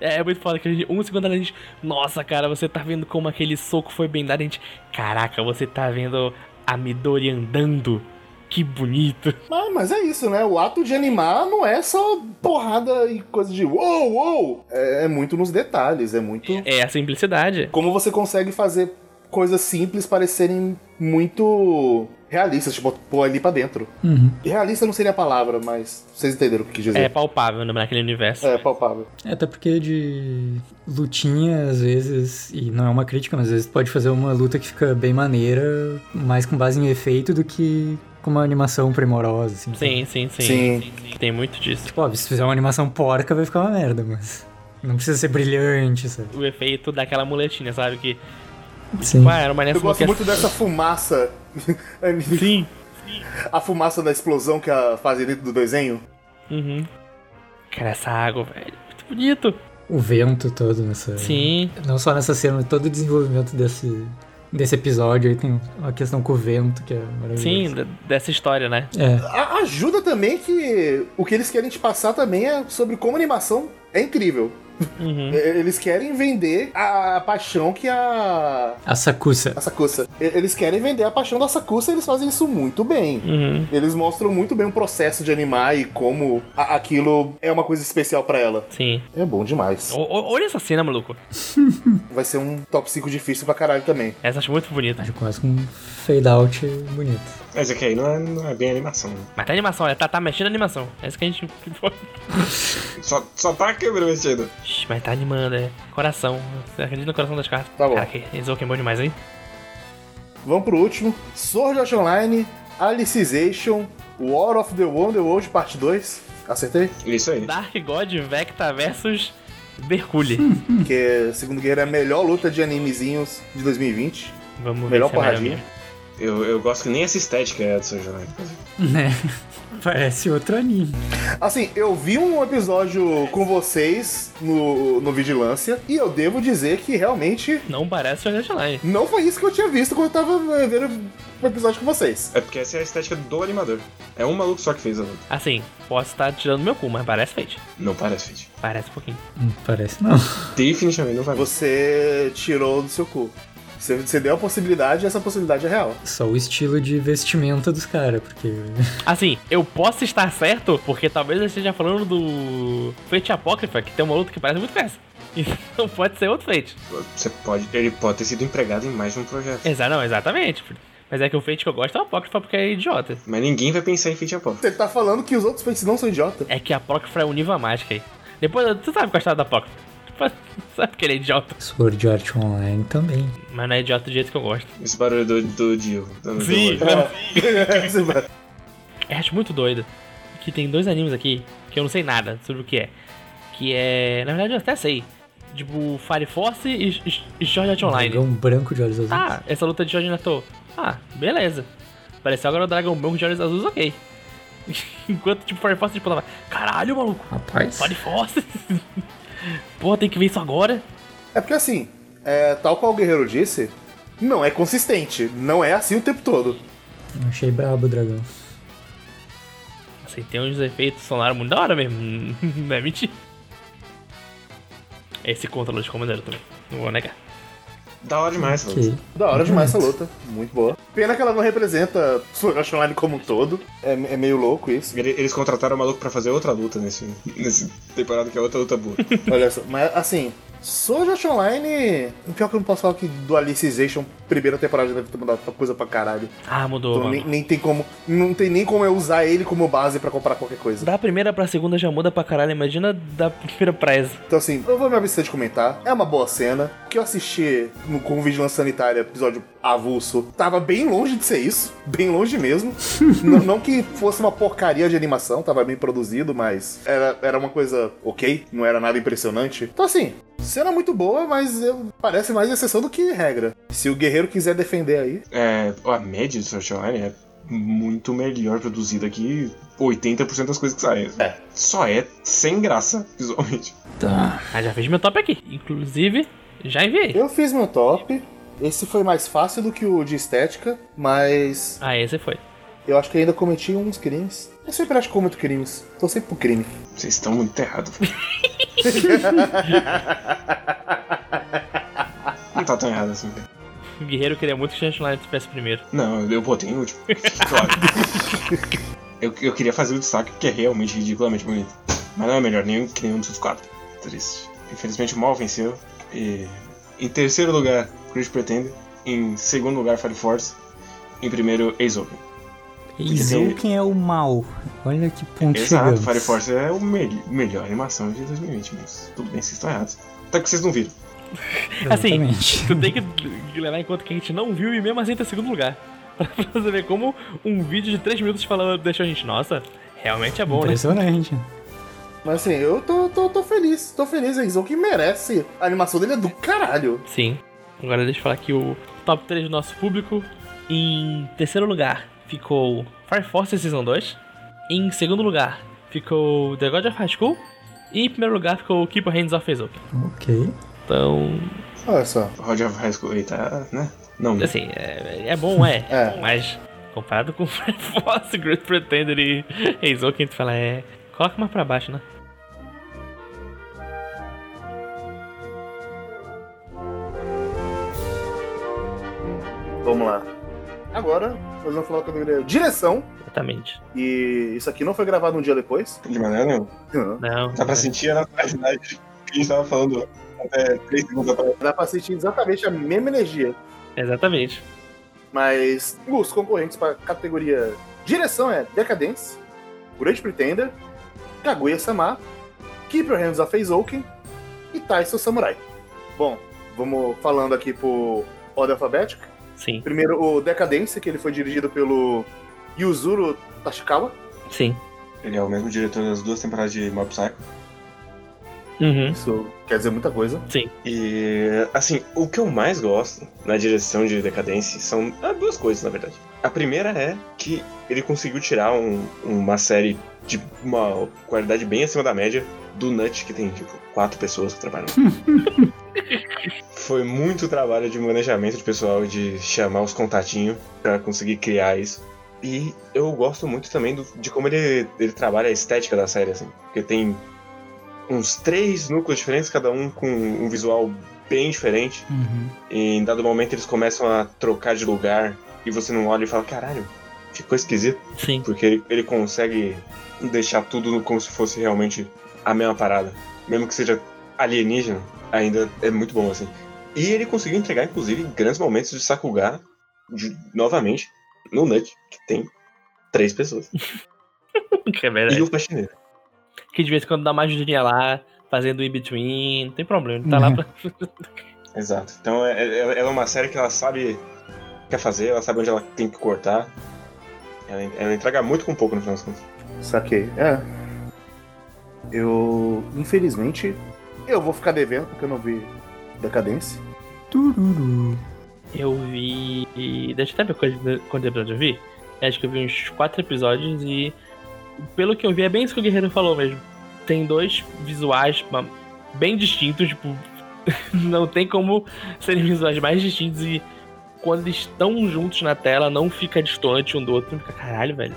[SPEAKER 3] É, é muito foda que a gente, um segundo a gente, nossa, cara, você tá vendo como aquele soco foi bem dado, a gente, caraca, você tá vendo a Midori andando. Que bonito.
[SPEAKER 1] Mas, mas é isso, né? O ato de animar não é só porrada e coisa de uou, uou! É, é muito nos detalhes, é muito.
[SPEAKER 3] É a simplicidade.
[SPEAKER 1] Como você consegue fazer coisas simples parecerem muito realistas, tipo, pôr ali pra dentro.
[SPEAKER 4] Uhum.
[SPEAKER 1] Realista não seria a palavra, mas vocês entenderam o que eu quis
[SPEAKER 3] É
[SPEAKER 1] dizer.
[SPEAKER 3] palpável né, naquele universo.
[SPEAKER 1] É, palpável.
[SPEAKER 4] É, Até porque de lutinha, às vezes, e não é uma crítica, mas às vezes pode fazer uma luta que fica bem maneira, mais com base em efeito do que com uma animação primorosa, assim.
[SPEAKER 3] Sim, sim, sim,
[SPEAKER 1] Sim.
[SPEAKER 3] Tem muito disso.
[SPEAKER 4] Tipo, óbvio, se fizer uma animação porca vai ficar uma merda, mas não precisa ser brilhante, sabe?
[SPEAKER 3] O efeito daquela muletinha, sabe? Que.
[SPEAKER 4] Sim.
[SPEAKER 3] Ué, era uma
[SPEAKER 1] Eu gosto
[SPEAKER 3] que-
[SPEAKER 1] muito dessa
[SPEAKER 3] *laughs*
[SPEAKER 1] fumaça. *laughs*
[SPEAKER 3] Sim.
[SPEAKER 1] a fumaça da explosão que a fazem dentro do desenho.
[SPEAKER 3] Uhum. Cara, essa água, velho. é Muito bonito.
[SPEAKER 4] O vento todo nessa...
[SPEAKER 3] É, Sim.
[SPEAKER 4] Não só nessa cena, mas todo o desenvolvimento desse, desse episódio aí tem uma questão com o vento que é maravilhoso.
[SPEAKER 3] Sim, d- dessa história, né?
[SPEAKER 4] É,
[SPEAKER 1] A- ajuda também que o que eles querem te passar também é sobre como a animação é incrível.
[SPEAKER 3] Uhum.
[SPEAKER 1] *laughs* E- Eles querem vender a a paixão que a.
[SPEAKER 4] A Sakusa.
[SPEAKER 1] A Sakusa. E- Eles querem vender a paixão da Sakusa e eles fazem isso muito bem.
[SPEAKER 3] Uhum.
[SPEAKER 1] Eles mostram muito bem o processo de animar e como a- aquilo é uma coisa especial pra ela.
[SPEAKER 3] Sim.
[SPEAKER 1] É bom demais.
[SPEAKER 3] O- o- olha essa cena, maluco.
[SPEAKER 1] Vai ser um top 5 difícil pra caralho também.
[SPEAKER 3] Essa eu acho muito bonita.
[SPEAKER 4] Já começa com um fade out bonito.
[SPEAKER 2] Mas aqui aí não é, não é bem animação. né?
[SPEAKER 3] Mas tá animação, ela tá, tá mexendo a animação. É isso que a gente. *laughs*
[SPEAKER 2] Só, só tá a câmera mexendo.
[SPEAKER 3] Ixi, mas tá animando, é. Coração. Você acredita no coração das cartas?
[SPEAKER 1] Tá bom.
[SPEAKER 3] Caraca, eles é bom demais, hein?
[SPEAKER 1] Vamos pro último: Sword Art Online, Alicization, War of the Wonder World Parte 2. Acertei?
[SPEAKER 2] Isso aí.
[SPEAKER 3] Dark God Vecta versus Bercule.
[SPEAKER 1] Que é, segundo Guerreiro, é a melhor luta de animezinhos de 2020.
[SPEAKER 3] Vamos
[SPEAKER 1] Melhor
[SPEAKER 3] ver. se é melhor
[SPEAKER 1] porradinha.
[SPEAKER 3] mesmo.
[SPEAKER 2] Eu, eu gosto que nem essa estética é do seu jornal.
[SPEAKER 4] Né? Parece outro anime.
[SPEAKER 1] Assim, eu vi um episódio com vocês no, no Vigilância e eu devo dizer que realmente
[SPEAKER 3] Não parece o Online.
[SPEAKER 1] não foi isso que eu tinha visto quando eu tava eh, vendo o episódio com vocês.
[SPEAKER 2] É porque essa é a estética do animador. É um maluco só que fez a luta.
[SPEAKER 3] Assim, posso estar tirando meu cu, mas parece feito.
[SPEAKER 2] Não parece, gente.
[SPEAKER 3] Parece um pouquinho.
[SPEAKER 4] Não parece não.
[SPEAKER 2] Definitivamente não parece.
[SPEAKER 1] Você tirou do seu cu. Você, você deu a possibilidade e essa possibilidade é real.
[SPEAKER 4] Só o estilo de vestimenta dos caras, porque. *laughs*
[SPEAKER 3] Assim, eu posso estar certo, porque talvez eu esteja falando do Fate Apócrifa, que tem uma luta que parece muito com essa. *laughs* Então pode ser outro Fate.
[SPEAKER 2] Você pode. Ele pode ter sido empregado em mais de um projeto.
[SPEAKER 3] Exa não, exatamente. Mas é que o Fate que eu gosto é o Apócrifa porque é idiota.
[SPEAKER 2] Mas ninguém vai pensar em Fate Apócrifo.
[SPEAKER 1] Você tá falando que os outros feitos não são idiota.
[SPEAKER 3] É que a Apócrifa é um nível a mais, cara. Depois, tu sabe gostar da Apócrifa. Tu *laughs* sabe que ele é idiota.
[SPEAKER 4] Sword Art Online também.
[SPEAKER 3] Mas não é idiota do jeito que eu gosto.
[SPEAKER 2] Esse barulho do, do Dio. Do,
[SPEAKER 3] Sim.
[SPEAKER 2] do olho.
[SPEAKER 1] Você vai-
[SPEAKER 3] Eu acho muito doido que tem dois animes aqui que eu não sei nada sobre o que é. Que é. Na verdade, eu até sei. Tipo, Fire Force e, e, e Sword Art Online.
[SPEAKER 4] Dragão branco de olhos azuis.
[SPEAKER 3] Ah, essa luta de Jorge Nato. Ah, beleza. Pareceu agora o Dragon Ball com de olhos azuis, ok. *laughs* Enquanto, tipo, Fire Force, tipo, tava, caralho, maluco,
[SPEAKER 4] Rapaz.
[SPEAKER 3] Fire Force. *laughs* Porra, tem que ver isso agora.
[SPEAKER 1] *laughs* É porque assim, é, tal qual o Guerreiro disse, não é consistente. Não é assim o tempo todo.
[SPEAKER 4] Achei brabo o dragão.
[SPEAKER 3] Assim, tem uns efeitos sonoros muito da hora mesmo. *laughs* Não é mentira. Esse controle de comandante também. Não vou negar.
[SPEAKER 2] Da hora demais essa
[SPEAKER 4] Que
[SPEAKER 2] luta.
[SPEAKER 1] Da hora demais tá essa
[SPEAKER 4] Uhum.
[SPEAKER 1] luta. Muito boa. Pena que ela não representa Sword Art Online como um todo. É, é meio louco
[SPEAKER 2] *laughs*
[SPEAKER 1] isso.
[SPEAKER 2] Ele- Eles contrataram o maluco pra fazer outra luta nesse, nesse temporada, que é outra luta boa.
[SPEAKER 1] Olha só. Mas assim, Sword Art Online. Pior que eu não posso falar é que do Alicization, primeira temporada, deve ter mudado coisa pra caralho.
[SPEAKER 3] Ah, mudou,
[SPEAKER 1] Então,
[SPEAKER 3] mano.
[SPEAKER 1] nem, nem tem como. Não tem nem como eu usar ele como base pra comprar qualquer coisa.
[SPEAKER 3] Da primeira pra segunda já muda pra caralho. Imagina da primeira pra essa.
[SPEAKER 1] Então assim, eu vou me abster de comentar. É uma boa cena. O que eu assisti no, com Vigilância Sanitária, episódio avulso, tava bem longe de ser isso. Bem longe mesmo. não, não que fosse uma porcaria de animação, tava bem produzido, mas era, era uma coisa ok, não era nada impressionante. Então assim, cena muito boa, mas eu- parece mais exceção do que regra. Se o guerreiro quiser defender aí,
[SPEAKER 2] É, a média do Sword Art Online é muito melhor produzida que 80% das coisas que saem.
[SPEAKER 1] É.
[SPEAKER 2] Só é sem graça, visualmente.
[SPEAKER 4] Tá.
[SPEAKER 3] Ah, já fiz meu top aqui. Inclusive, já enviei.
[SPEAKER 1] eu fiz meu top. Esse foi mais fácil do que o de estética, mas
[SPEAKER 3] Ah, esse foi.
[SPEAKER 1] Eu acho que ainda cometi uns crimes. Eu sempre acho que cometo crimes. Tô sempre pro crime.
[SPEAKER 2] Vocês estão muito errados. Não tá tão errado assim. cara.
[SPEAKER 3] O guerreiro queria muito que o Sword Art Online tivesse primeiro.
[SPEAKER 2] Não, eu botei em último. Claro. Eu, eu queria fazer o destaque porque é realmente ridiculamente bonito. Mas não é melhor nenhum que nenhum dos quatro. Triste. Infelizmente o Mal venceu. E, em terceiro lugar, Crit Pretender. Em segundo lugar, Fire Force. Em primeiro, Ace Open.
[SPEAKER 4] quem é o mal. Olha que ponto
[SPEAKER 2] Exato,
[SPEAKER 4] chegamos.
[SPEAKER 2] Fire Force é o mel- melhor animação de 2020, mas tudo bem, vocês estão errados. Até que vocês não viram.
[SPEAKER 3] Assim,
[SPEAKER 4] Exatamente.
[SPEAKER 3] tu tem que levar em conta que a gente não viu e mesmo assim tá em segundo lugar. *laughs* Pra você ver como um vídeo de 3 minutos falando deixou a gente, nossa, realmente é bom, né?
[SPEAKER 4] Impressionante.
[SPEAKER 1] Mas assim, eu tô, tô, tô feliz. Tô feliz, é isso que merece. A animação dele é do caralho.
[SPEAKER 3] Sim. Agora deixa eu falar aqui o top 3 do nosso público. Em terceiro lugar ficou Fire Force Season 2. Em segundo lugar ficou The God of High School. E em primeiro lugar ficou Keep Your Hands Off Facebook.
[SPEAKER 4] Ok.
[SPEAKER 3] Então,
[SPEAKER 1] Olha só.
[SPEAKER 2] Roger of High School aí tá, né? Não,
[SPEAKER 3] assim, é, é bom, é.
[SPEAKER 1] É.
[SPEAKER 3] bom, mas comparado com *laughs* Fire Force, Great Pretender e Heizoken, tu fala, é. Coloca mais pra baixo, né?
[SPEAKER 1] falar da categoria direção.
[SPEAKER 3] Exatamente.
[SPEAKER 1] E isso aqui não foi gravado um dia depois.
[SPEAKER 2] De maneira nenhuma.
[SPEAKER 1] Não.
[SPEAKER 3] Não. é,
[SPEAKER 2] Dá pra sentir a naturalidade que a gente tava falando até três segundos atrás.
[SPEAKER 1] Dá pra sentir exatamente a mesma energia.
[SPEAKER 3] Exatamente.
[SPEAKER 1] Mas os concorrentes para categoria direção é Decadence, Great Pretender, Kaguya-sama, Keep Your Hands Off Eizouken e Taiso Samurai. Bom, vamos falando aqui por ordem alfabética.
[SPEAKER 3] Sim.
[SPEAKER 1] Primeiro o Decadence, que ele foi dirigido pelo Yuzuru Tashikawa.
[SPEAKER 3] Sim.
[SPEAKER 2] Ele é o mesmo diretor das duas temporadas de Mob Psycho.
[SPEAKER 3] Uhum.
[SPEAKER 1] Isso quer dizer muita coisa.
[SPEAKER 2] E, assim, o que eu mais gosto na direção de Decadence são ah, duas coisas, na verdade. A primeira é que ele conseguiu tirar um- uma série de uma qualidade bem acima da média do Nut, que tem, tipo, quatro pessoas que trabalham. Foi muito trabalho de manejamento de pessoal, de chamar os contatinhos pra conseguir criar isso. E eu gosto muito também do- de como ele, ele trabalha a estética da série, assim. Porque tem uns três núcleos diferentes, cada um com um visual bem diferente.
[SPEAKER 4] Uhum.
[SPEAKER 2] E em dado momento eles começam a trocar de lugar e você não olha e fala, caralho, ficou esquisito.
[SPEAKER 3] Sim. *laughs*
[SPEAKER 2] Porque ele, ele consegue deixar tudo como se fosse realmente a mesma parada. Mesmo que seja alienígena, ainda é muito bom assim. E ele conseguiu entregar, inclusive, grandes momentos de Sakuga de- novamente no Nut, que tem três pessoas.
[SPEAKER 3] Que é
[SPEAKER 2] E
[SPEAKER 3] verdade.
[SPEAKER 2] o faxineiro.
[SPEAKER 3] Que de vez em quando dá uma ajudinha lá, fazendo in-between, não tem problema. Tá
[SPEAKER 2] Uhum.
[SPEAKER 3] lá pra.
[SPEAKER 2] *laughs* Exato. Então é- é- ela é uma série que ela sabe o que quer fazer, ela sabe onde ela tem que cortar. Ela, ela entrega muito com pouco no final das contas.
[SPEAKER 1] Saquei. É. Eu, infelizmente, eu vou ficar devendo porque eu não vi Decadence.
[SPEAKER 4] Tururu.
[SPEAKER 3] Eu vi. Deixa eu até ver quantos- quantos episódios eu vi. Acho que eu vi uns quatro episódios e. Pelo que eu vi, é bem isso que o Guerreiro falou mesmo. Tem dois visuais ma- bem distintos, tipo. *laughs* não tem como serem visuais mais distintos e quando eles estão juntos na tela, não fica distante um do outro. Fica, caralho, velho.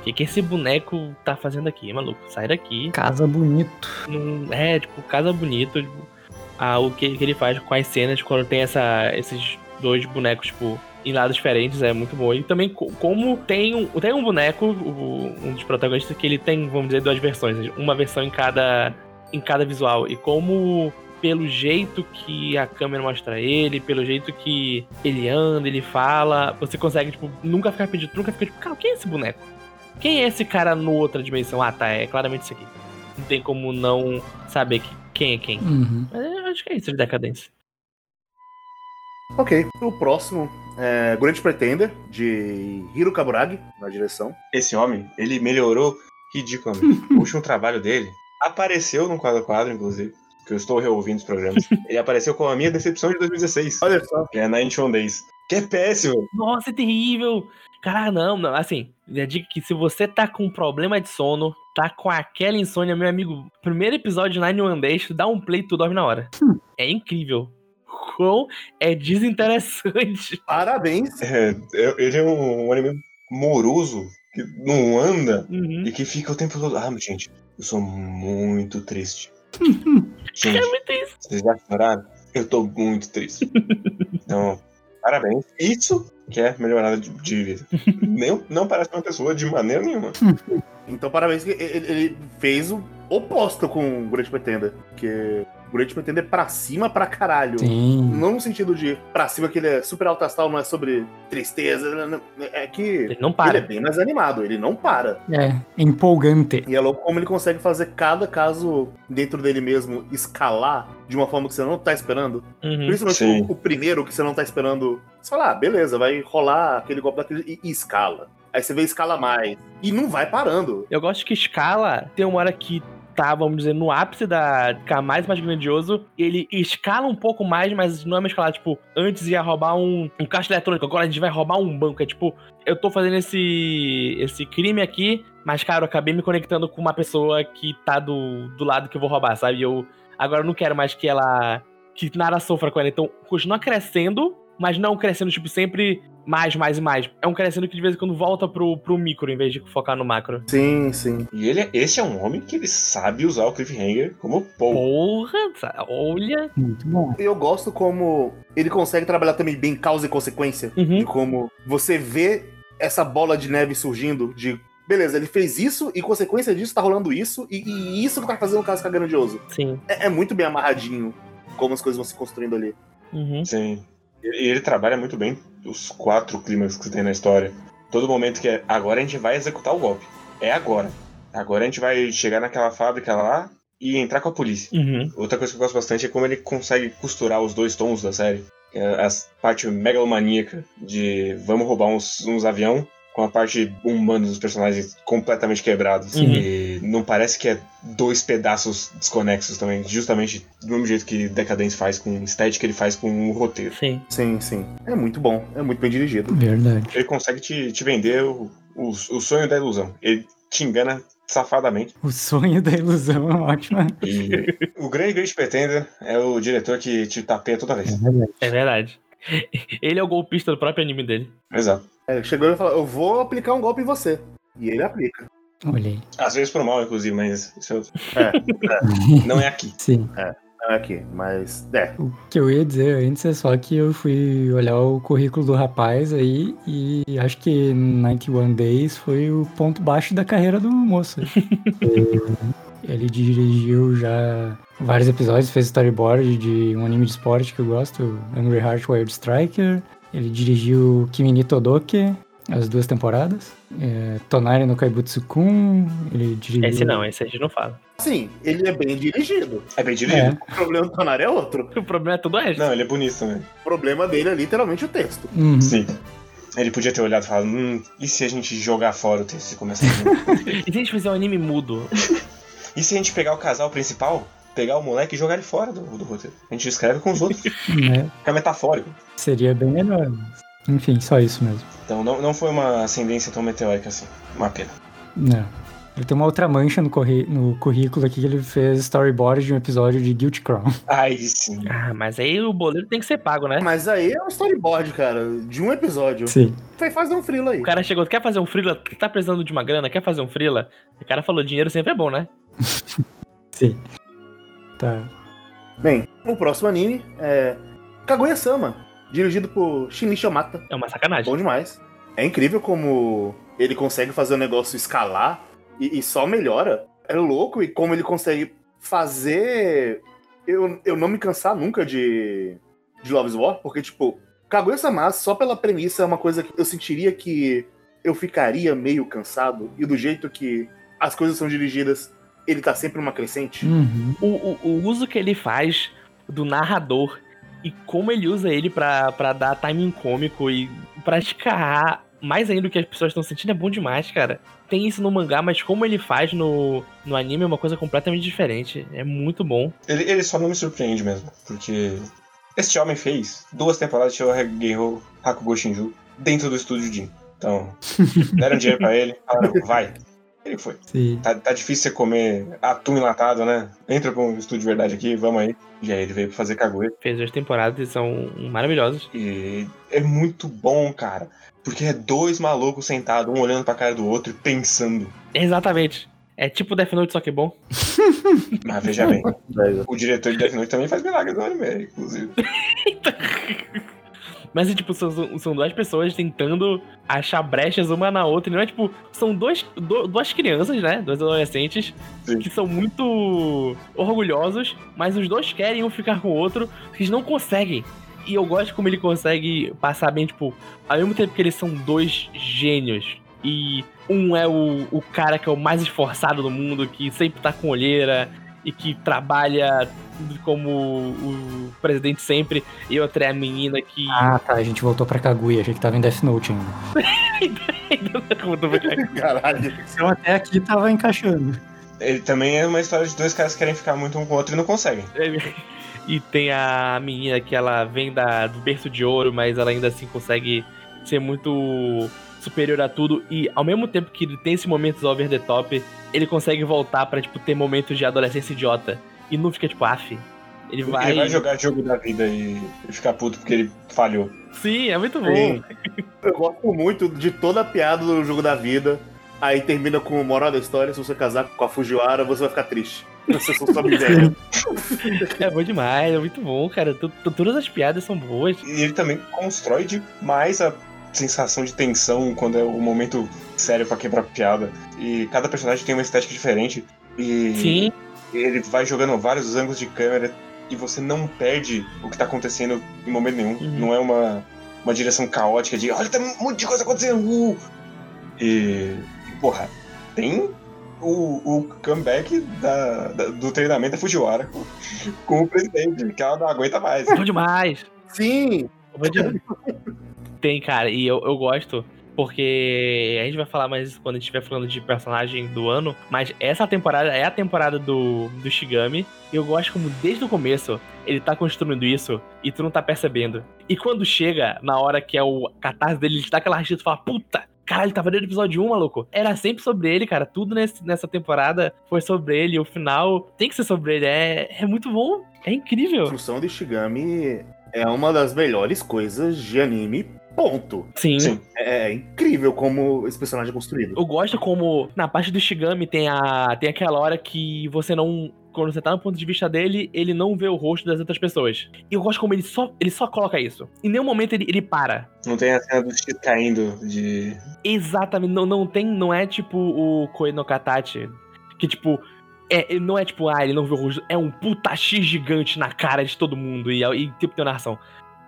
[SPEAKER 3] O que, que esse boneco tá fazendo aqui, maluco? Sai daqui.
[SPEAKER 4] Casa bonito.
[SPEAKER 3] Não- é, tipo, casa bonito. tipo, ah, o que, que ele faz com as cenas quando tem essa, esses dois bonecos, tipo, em lados diferentes, é muito bom. E também co- como tem um, tem um boneco, o- um dos protagonistas, que ele tem, vamos dizer, duas versões. né? Uma versão em cada, em cada visual. E como pelo jeito que a câmera mostra ele, pelo jeito que ele anda, ele fala, você consegue, tipo, nunca ficar pedindo, nunca ficar, tipo, cara, quem é esse boneco? Quem é esse cara no outra dimensão? Ah, tá, é claramente isso aqui. Não tem como não saber que, quem é quem.
[SPEAKER 4] Uhum.
[SPEAKER 3] Mas eu acho que é isso de decadência.
[SPEAKER 1] Ok. O próximo é Great Pretender, de Hiro Kaburagi, na direção.
[SPEAKER 2] Esse homem, ele melhorou ridiculamente. o último trabalho dele apareceu no quadro quadro, inclusive, que eu estou reouvindo os programas. ele apareceu com a minha decepção de 2016,
[SPEAKER 1] Olha só.
[SPEAKER 2] que é 91 Days. Que é péssimo!
[SPEAKER 3] Nossa, é terrível! Cara, não, não, assim, a dica é que se você tá com problema de sono, tá com aquela insônia, meu amigo, primeiro episódio de Nine One Days, tu dá um play e tu dorme na hora.
[SPEAKER 1] Hum.
[SPEAKER 3] É incrível. Quão é desinteressante.
[SPEAKER 1] Parabéns.
[SPEAKER 2] É, é- ele é um, um anime moroso que não anda
[SPEAKER 3] Uhum.
[SPEAKER 2] e que fica o tempo todo. Ah, mas, gente, eu sou muito triste. gente,
[SPEAKER 3] É muito isso.
[SPEAKER 2] Vocês já choraram? Eu tô muito triste. Então, parabéns. Isso que é melhorada de, de vida. Nem, não parece uma pessoa de maneira nenhuma.
[SPEAKER 1] Então, parabéns que ele, ele fez o oposto com o Great Pretender. Porque o Great Pretender é pra cima pra caralho.
[SPEAKER 4] Sim.
[SPEAKER 1] Não no sentido de pra cima que ele é super alto astral, não é sobre tristeza. não- não- É que
[SPEAKER 3] Ele não
[SPEAKER 1] ele
[SPEAKER 3] para.
[SPEAKER 1] é bem mais animado, ele não para.
[SPEAKER 4] É, empolgante.
[SPEAKER 1] E é louco como ele consegue fazer cada caso dentro dele mesmo escalar de uma forma que você não tá esperando.
[SPEAKER 3] Uhum.
[SPEAKER 1] Principalmente
[SPEAKER 2] Sim.
[SPEAKER 1] o, o primeiro que você não tá esperando. Você fala, ah, beleza, vai rolar aquele golpe daquele e, e escala. Aí você vê escala mais. E não vai parando.
[SPEAKER 3] Eu gosto que escala tem uma hora que tá, vamos dizer, no ápice da ficar mais mais grandioso, ele escala um pouco mais, mas não é uma escalada, tipo, antes ia roubar um, um caixa eletrônico, agora a gente vai roubar um banco, é tipo, eu tô fazendo esse esse crime aqui, mas cara, eu acabei me conectando com uma pessoa que tá do, do lado que eu vou roubar, sabe? E Eu agora eu não quero mais que ela que nada sofra com ela, então continua crescendo, mas não crescendo tipo sempre mais, mais e mais. É um crescendo que de vez em quando volta pro, pro micro em vez de focar no macro.
[SPEAKER 1] Sim, sim.
[SPEAKER 2] E ele, é- esse é um homem que ele sabe usar o cliffhanger como pouco.
[SPEAKER 3] Porra, sa- olha.
[SPEAKER 4] Muito bom.
[SPEAKER 1] Eu gosto Uhum. como ele consegue trabalhar também bem causa e consequência. E como você vê essa bola de neve surgindo de. Beleza, ele fez isso e consequência disso tá rolando isso, e, e isso que tá fazendo o caso ficar grandioso.
[SPEAKER 3] Sim.
[SPEAKER 1] É, é muito bem amarradinho como as coisas vão se construindo ali.
[SPEAKER 3] Uhum.
[SPEAKER 2] Sim. E e ele trabalha muito bem os quatro climas que tem na história. Todo momento que é agora a gente vai executar o golpe. É agora. Agora a gente vai chegar naquela fábrica lá e entrar com a polícia.
[SPEAKER 3] Uhum.
[SPEAKER 2] Outra coisa que eu gosto bastante é como ele consegue costurar os dois tons da série. Que é A parte megalomaníaca de vamos roubar uns, uns avião com a parte humana dos personagens completamente quebrados.
[SPEAKER 3] Uhum.
[SPEAKER 2] E não parece que é dois pedaços desconexos também. Justamente do mesmo jeito que Decadence faz com estética, ele faz com o roteiro.
[SPEAKER 3] Sim.
[SPEAKER 1] Sim, sim. É muito bom, é muito bem dirigido.
[SPEAKER 4] Verdade.
[SPEAKER 2] Ele consegue te, te vender o, o, o sonho da ilusão. Ele te engana safadamente.
[SPEAKER 4] O sonho da ilusão é ótimo.
[SPEAKER 2] E o grande grande pretender é o diretor que te tapeia toda vez.
[SPEAKER 3] É verdade. Ele é o golpista do próprio anime dele.
[SPEAKER 2] Exato.
[SPEAKER 1] É, ele chegou e falou: Eu vou aplicar um golpe em você. E ele aplica.
[SPEAKER 4] Olha aí.
[SPEAKER 2] Às vezes por mal, inclusive, mas isso é outro-
[SPEAKER 1] É,
[SPEAKER 2] não é aqui.
[SPEAKER 4] Sim.
[SPEAKER 1] não é aqui, mas. É.
[SPEAKER 4] O que eu ia dizer antes é só que eu fui olhar o currículo do rapaz aí e acho que 91 Days foi o ponto baixo da carreira do moço. E Ele dirigiu já vários episódios, fez storyboard de um anime de esporte que eu gosto, Angry Heart Wild Striker. Ele dirigiu Kimi ni Todoke, as duas temporadas. É, Tonari no Kaibutsu-kun. Ele dirigiu...
[SPEAKER 3] Esse não, esse a gente não fala.
[SPEAKER 1] Assim, ele é bem dirigido.
[SPEAKER 2] É bem dirigido.
[SPEAKER 4] É,
[SPEAKER 1] O problema do Tonari é outro.
[SPEAKER 3] O problema é tudo o resto.
[SPEAKER 2] Não, ele é bonito também.
[SPEAKER 1] O problema dele é literalmente o texto.
[SPEAKER 4] uhum.
[SPEAKER 2] Sim. Ele podia ter olhado e falado, hum, e se a gente jogar fora o texto e começar de novo?
[SPEAKER 3] E se a gente fizer um anime mudo?
[SPEAKER 2] E se a gente pegar o casal principal, pegar o moleque e jogar ele fora do, do roteiro? A gente escreve com os outros.
[SPEAKER 4] né?
[SPEAKER 2] Fica metafórico.
[SPEAKER 4] Seria bem melhor. mas- Enfim, só isso mesmo.
[SPEAKER 2] Então não, não foi uma ascendência tão meteórica assim. Uma pena.
[SPEAKER 4] Não. É. Ele tem uma outra mancha no, corri- no currículo aqui que ele fez storyboard de um episódio de Guilty Crown.
[SPEAKER 2] Ai, sim.
[SPEAKER 3] Ah, mas aí o boleto tem que ser pago, né?
[SPEAKER 1] Mas aí é um storyboard, cara, de um episódio.
[SPEAKER 4] Sim.
[SPEAKER 1] Vai fazer um frilo aí.
[SPEAKER 3] O cara chegou, quer fazer um frila? Tá precisando de uma grana? Quer fazer um frila? O cara falou, dinheiro sempre é bom, né?
[SPEAKER 4] Sim. Tá.
[SPEAKER 1] Bem, o próximo anime é Kaguya-sama, dirigido por Shinichi Omata.
[SPEAKER 3] É uma
[SPEAKER 1] É
[SPEAKER 3] sacanagem.
[SPEAKER 1] Bom demais. É incrível como ele consegue fazer o negócio escalar e, e só melhora. É louco e como ele consegue fazer. Eu, eu não me cansar nunca de, de Love's War, porque, tipo, Kaguya-sama, só pela premissa, é uma coisa que eu sentiria que eu ficaria meio cansado. E do jeito que as coisas são dirigidas, ele tá sempre uma crescente.
[SPEAKER 4] Uhum.
[SPEAKER 3] O, o- o uso que ele faz do narrador e como ele usa ele pra, pra dar timing cômico e pra escarrar mais ainda o que as pessoas estão sentindo é bom demais, cara. Tem isso no mangá, mas como ele faz no, no anime é uma coisa completamente diferente. É muito bom.
[SPEAKER 2] Ele, ele só não me surpreende mesmo, porque este homem fez duas temporadas de Shogun Hakugo Shinju dentro do estúdio Jim. Então, deram dinheiro pra ele, falaram, vai. Ele foi.
[SPEAKER 4] Sim.
[SPEAKER 2] Tá, tá difícil você comer atum enlatado, né? Entra pra um estúdio de verdade aqui, vamos aí. E aí ele veio pra fazer Kaguya.
[SPEAKER 3] Fez duas temporadas e são maravilhosas.
[SPEAKER 2] E é muito bom, cara. Porque é dois malucos sentados, um olhando pra cara do outro e pensando.
[SPEAKER 3] Exatamente. É tipo Death Note, só que bom.
[SPEAKER 2] Mas veja bem,
[SPEAKER 1] velho.
[SPEAKER 2] o diretor de Death Note também faz milagre no anime, inclusive.
[SPEAKER 3] Mas é tipo, são, são duas pessoas tentando achar brechas uma na outra. E não é tipo, são dois, do- duas crianças, né? Dois adolescentes
[SPEAKER 2] Sim.
[SPEAKER 3] que são muito orgulhosos, mas os dois querem um ficar com o outro, eles não conseguem. E eu gosto como ele consegue passar bem, tipo, ao mesmo tempo que eles são dois gênios e um é o, o cara que é o mais esforçado do mundo, que sempre tá com olheira e que trabalha como o presidente sempre, e outra é a menina que.
[SPEAKER 4] Ah, tá. A gente voltou pra Kaguya. Achei que tava em Death Note ainda.
[SPEAKER 1] *laughs* Caralho.
[SPEAKER 4] Então até aqui tava encaixando.
[SPEAKER 2] Ele também é uma história de dois caras que querem ficar muito um com o outro e não conseguem.
[SPEAKER 3] e tem a menina que ela vem da, do berço de ouro, mas ela ainda assim consegue ser muito superior a tudo. E ao mesmo tempo que ele tem esses momentos over the top, ele consegue voltar pra, tipo, ter momentos de adolescência idiota. E não fica tipo, af. Ele vai.
[SPEAKER 2] Ele vai jogar jogo da vida e e ficar puto porque ele falhou.
[SPEAKER 3] Sim, é muito bom.
[SPEAKER 1] Sim. Eu gosto muito de toda a piada do jogo da vida. Aí termina com o moral da história: se você casar com a Fujiwara, você vai ficar triste. Você só sabe ideia.
[SPEAKER 3] É bom demais, é muito bom, cara. Tu- tu- Todas as piadas são boas.
[SPEAKER 2] E ele também constrói demais a sensação de tensão quando é o momento sério pra quebrar piada. E cada personagem tem uma estética diferente. E
[SPEAKER 3] Sim.
[SPEAKER 2] ele vai jogando vários ângulos de câmera e você não perde o que tá acontecendo em momento nenhum.
[SPEAKER 3] Uhum.
[SPEAKER 2] Não é uma, uma direção caótica de olha, tem um monte de coisa acontecendo. uh!" E, e, porra, tem o, o comeback da- da- do treinamento da *laughs* Fujiwara com, com o presidente, que ela não aguenta mais.
[SPEAKER 3] é Bom demais.
[SPEAKER 1] Sim!
[SPEAKER 3] Bom demais. Tem, cara, e eu, eu gosto. Porque a gente vai falar mais quando a gente estiver falando de personagem do ano. Mas essa temporada é a temporada do, do Shigami. E eu gosto como desde o começo ele tá construindo isso e tu não tá percebendo. E quando chega na hora que é o catarse dele, ele te dá aquela rachida e tu fala, puta! Caralho, tava dentro do episódio 1, maluco. Era sempre sobre ele, cara. Tudo nesse- nessa temporada foi sobre ele. O final tem que ser sobre ele. É, é muito bom. É
[SPEAKER 1] A
[SPEAKER 3] incrível.
[SPEAKER 1] construção de Shigami é uma das melhores coisas de anime, ponto.
[SPEAKER 2] Sim.
[SPEAKER 1] É incrível como esse personagem é construído.
[SPEAKER 3] Eu gosto como na parte do Shigami tem a tem aquela hora que você não quando você tá no ponto de vista dele, ele não vê o rosto das outras pessoas. E eu gosto como ele só ele só coloca isso. Em nenhum momento ele, ele para.
[SPEAKER 2] Não tem a cena do X caindo de.
[SPEAKER 3] Exatamente, não, não tem, não é tipo o Koe no Katachi, que tipo é, não é tipo, ah, ele não vê o rosto, é um puta X gigante na cara de todo mundo e, e tipo tem uma narração.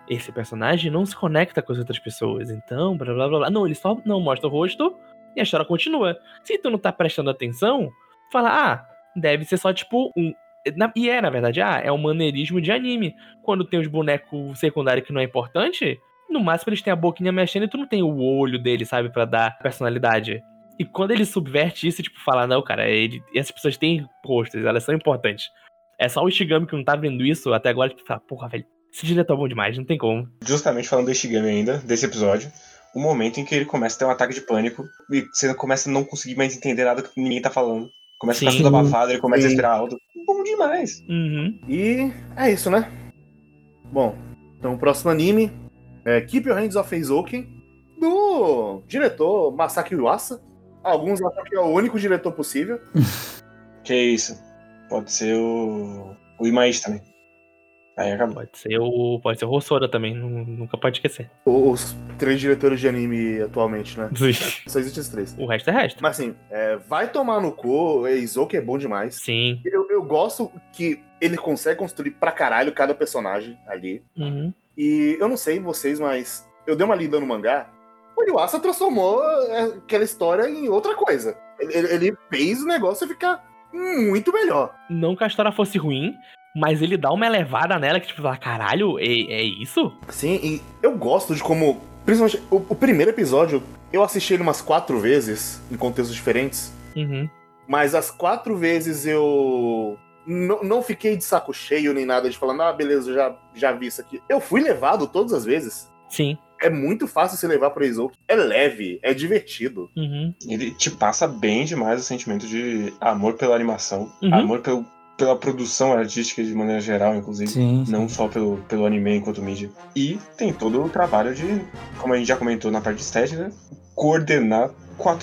[SPEAKER 3] Esse personagem não se conecta com as outras pessoas, então, blá blá blá blá. Não, ele só não mostra o rosto e a história continua. Se tu não tá prestando atenção, fala, ah, deve ser só tipo um. na- e é, na verdade, ah, é um maneirismo de anime. Quando tem os bonecos secundários que não é importante, no máximo eles têm a boquinha mexendo e tu não tem o olho dele, sabe, pra dar personalidade. E quando ele subverte isso, tipo, fala, não, cara, ele, essas pessoas têm rostos, elas são importantes. É só o Ishigami que não tá vendo isso até agora, tipo, fala, porra, velho, esse diretor é bom demais, não tem como.
[SPEAKER 2] Justamente falando do Ishigami ainda, desse episódio, o momento em que ele começa a ter um ataque de pânico e você começa a não conseguir mais entender nada que ninguém tá falando. Começa a
[SPEAKER 3] Sim.
[SPEAKER 2] ficar tudo abafado, ele começa a
[SPEAKER 1] Sim.
[SPEAKER 2] respirar alto. Bom demais.
[SPEAKER 3] Uhum.
[SPEAKER 1] E é isso, né? Bom, então o próximo anime é Keep Your Hands Off Eizouken, do diretor Masaki Yuasa. Alguns acham que é o único diretor possível.
[SPEAKER 2] Que isso. Pode ser o. O Imaís também. Aí acabou.
[SPEAKER 3] Pode ser o. Pode ser o Rossoda também, nu- nunca pode esquecer. *laughs*
[SPEAKER 1] Os três diretores de anime atualmente, né? Só existem esses três.
[SPEAKER 3] o resto é resto.
[SPEAKER 1] Mas assim, é, vai tomar no cu, Eizouken é bom demais.
[SPEAKER 3] Sim.
[SPEAKER 1] Eu, eu gosto que ele consegue construir pra caralho cada personagem ali.
[SPEAKER 3] Uhum.
[SPEAKER 1] E eu não sei vocês, mas eu dei uma lida no mangá. O Yuasa transformou é, aquela história em outra coisa. Ele, ele- ele fez o negócio ficar muito melhor.
[SPEAKER 3] Não que a história fosse ruim, mas ele dá uma elevada nela que, tipo, fala, caralho, é, é isso?
[SPEAKER 1] Sim, e eu gosto de como. Principalmente o, o primeiro episódio, eu assisti ele umas quatro vezes, em contextos diferentes.
[SPEAKER 3] Uhum.
[SPEAKER 1] Mas as quatro vezes eu. n- Não fiquei de saco cheio nem nada de falando, ah, beleza, eu já, já vi isso aqui. Eu fui levado todas as vezes.
[SPEAKER 3] Sim.
[SPEAKER 1] É muito fácil se levar pro Eizouki. É leve, é divertido.
[SPEAKER 3] Uhum.
[SPEAKER 2] Ele te passa bem demais o sentimento de amor pela animação,
[SPEAKER 3] Uhum.
[SPEAKER 2] amor pelo, pela produção artística de maneira geral, inclusive.
[SPEAKER 4] Sim.
[SPEAKER 2] não só pelo, pelo anime enquanto mídia. E tem todo o trabalho de, como a gente já comentou na parte de estética, né? coordenar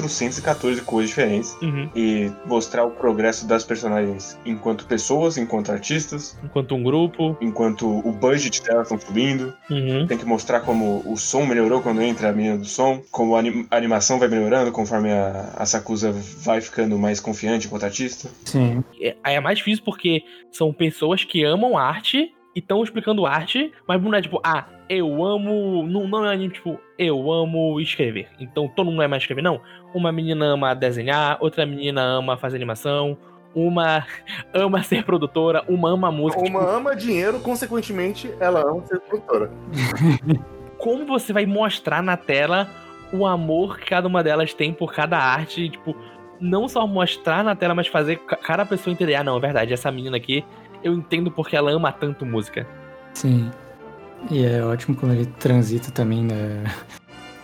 [SPEAKER 2] 414 coisas diferentes
[SPEAKER 3] Uhum.
[SPEAKER 2] e mostrar o progresso das personagens enquanto pessoas, enquanto artistas,
[SPEAKER 3] Enquanto um grupo.
[SPEAKER 2] enquanto o budget delas estão subindo.
[SPEAKER 3] Uhum.
[SPEAKER 2] Tem que mostrar como o som melhorou quando entra a menina do som, como a anim- a animação vai melhorando conforme a, a Sakusa vai ficando mais confiante enquanto artista.
[SPEAKER 4] Sim.
[SPEAKER 3] É, aí é mais difícil porque são pessoas que amam arte e estão explicando arte, mas não é tipo, ah, eu amo. Não, não é anime, tipo, eu amo escrever. Então todo mundo vai mais escrever, não. Uma menina ama desenhar, outra menina ama fazer animação, uma *laughs* ama ser produtora, uma ama música.
[SPEAKER 1] Uma ama dinheiro, consequentemente, ela ama ser produtora.
[SPEAKER 3] Tipo, como você vai mostrar na tela o amor que cada uma delas tem por cada arte? e, Tipo, não só mostrar na tela, mas fazer ca- cada pessoa entender, ah, não, é verdade, essa menina aqui. Eu entendo porque ela ama tanto música.
[SPEAKER 4] Sim. E é ótimo como ele transita também da,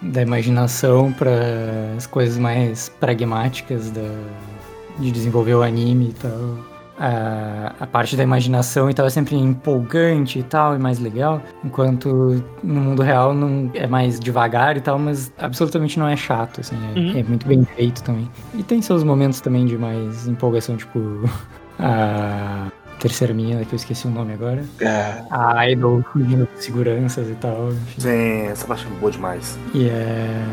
[SPEAKER 4] da imaginação para as coisas mais pragmáticas da, de desenvolver o anime e tal. A, a parte da imaginação e tal é sempre empolgante e tal, e mais legal. Enquanto no mundo real não é mais devagar e tal, mas absolutamente não é chato, assim. É,
[SPEAKER 3] Uhum.
[SPEAKER 4] é muito bem feito também. E tem seus momentos também de mais empolgação, tipo... *laughs* a- terceira menina, que eu esqueci o nome agora.
[SPEAKER 2] É.
[SPEAKER 4] A Idol fugindo com seguranças e tal. enfim.
[SPEAKER 1] Sim, essa parte é boa demais.
[SPEAKER 4] E é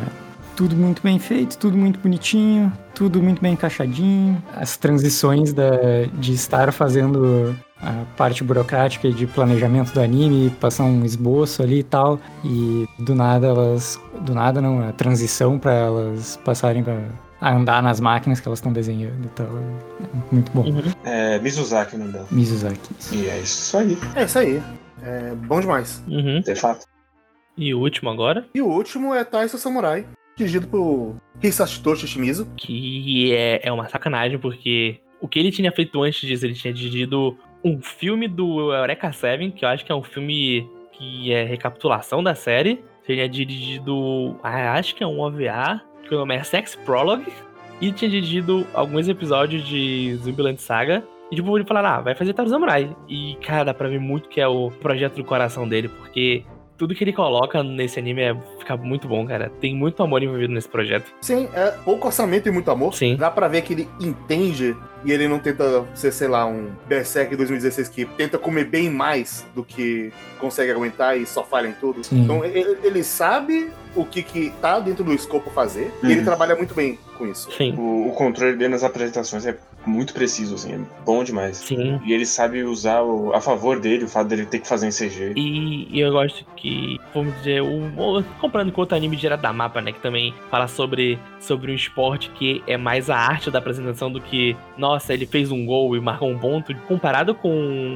[SPEAKER 4] tudo muito bem feito, tudo muito bonitinho, tudo muito bem encaixadinho. As transições da- de estar fazendo a parte burocrática e de planejamento do anime, passar um esboço ali e tal, e do nada elas, do nada não, a transição para elas passarem pra a andar nas máquinas que elas estão desenhando e tal. É muito bom.
[SPEAKER 2] É, Mizuzaki o nome dela.
[SPEAKER 4] Mizuzaki.
[SPEAKER 2] E é isso aí,
[SPEAKER 1] É isso aí. É bom demais.
[SPEAKER 3] Uhum.
[SPEAKER 2] de fato.
[SPEAKER 3] E o último agora,
[SPEAKER 1] E o último é Taiso Samurai, dirigido por Hisashitoshi Shimizu.
[SPEAKER 3] que é, é uma sacanagem, porque o que ele tinha feito antes disso, ele tinha dirigido um filme do Eureka Seven, que eu acho que é um filme que é recapitulação da série. Ele tinha dirigido, ah, acho que é um OVA, que o nome é Sex Prologue. E tinha dirigido alguns episódios de Zumbiland Saga. E tipo, ele falaram, ah, vai fazer Taro Samurai. E, cara, dá pra ver muito que é o projeto do coração dele, porque tudo que ele coloca nesse anime é, fica muito bom, cara. Tem muito amor envolvido nesse projeto.
[SPEAKER 1] Sim, é pouco orçamento e muito amor.
[SPEAKER 3] Sim.
[SPEAKER 1] Dá pra ver que ele entende e ele não tenta ser, sei lá, um Berserk 2016 que tenta comer bem mais do que consegue aguentar e só falha em tudo.
[SPEAKER 4] Sim.
[SPEAKER 1] Então ele, ele sabe o que, que tá dentro do escopo fazer
[SPEAKER 2] Uhum.
[SPEAKER 1] e ele trabalha muito bem com isso.
[SPEAKER 3] Sim.
[SPEAKER 2] O, o controle dele nas apresentações é muito preciso, assim, é bom demais.
[SPEAKER 3] Sim.
[SPEAKER 2] E ele sabe usar o- a favor dele o fato dele ter que fazer em CG.
[SPEAKER 3] E, e eu gosto que, vamos dizer, o, o- comprando com outro anime gerado da mapa, né? Que também fala sobre, sobre um esporte que é mais a arte da apresentação do que, nossa, ele fez um gol e marcou um ponto. Comparado com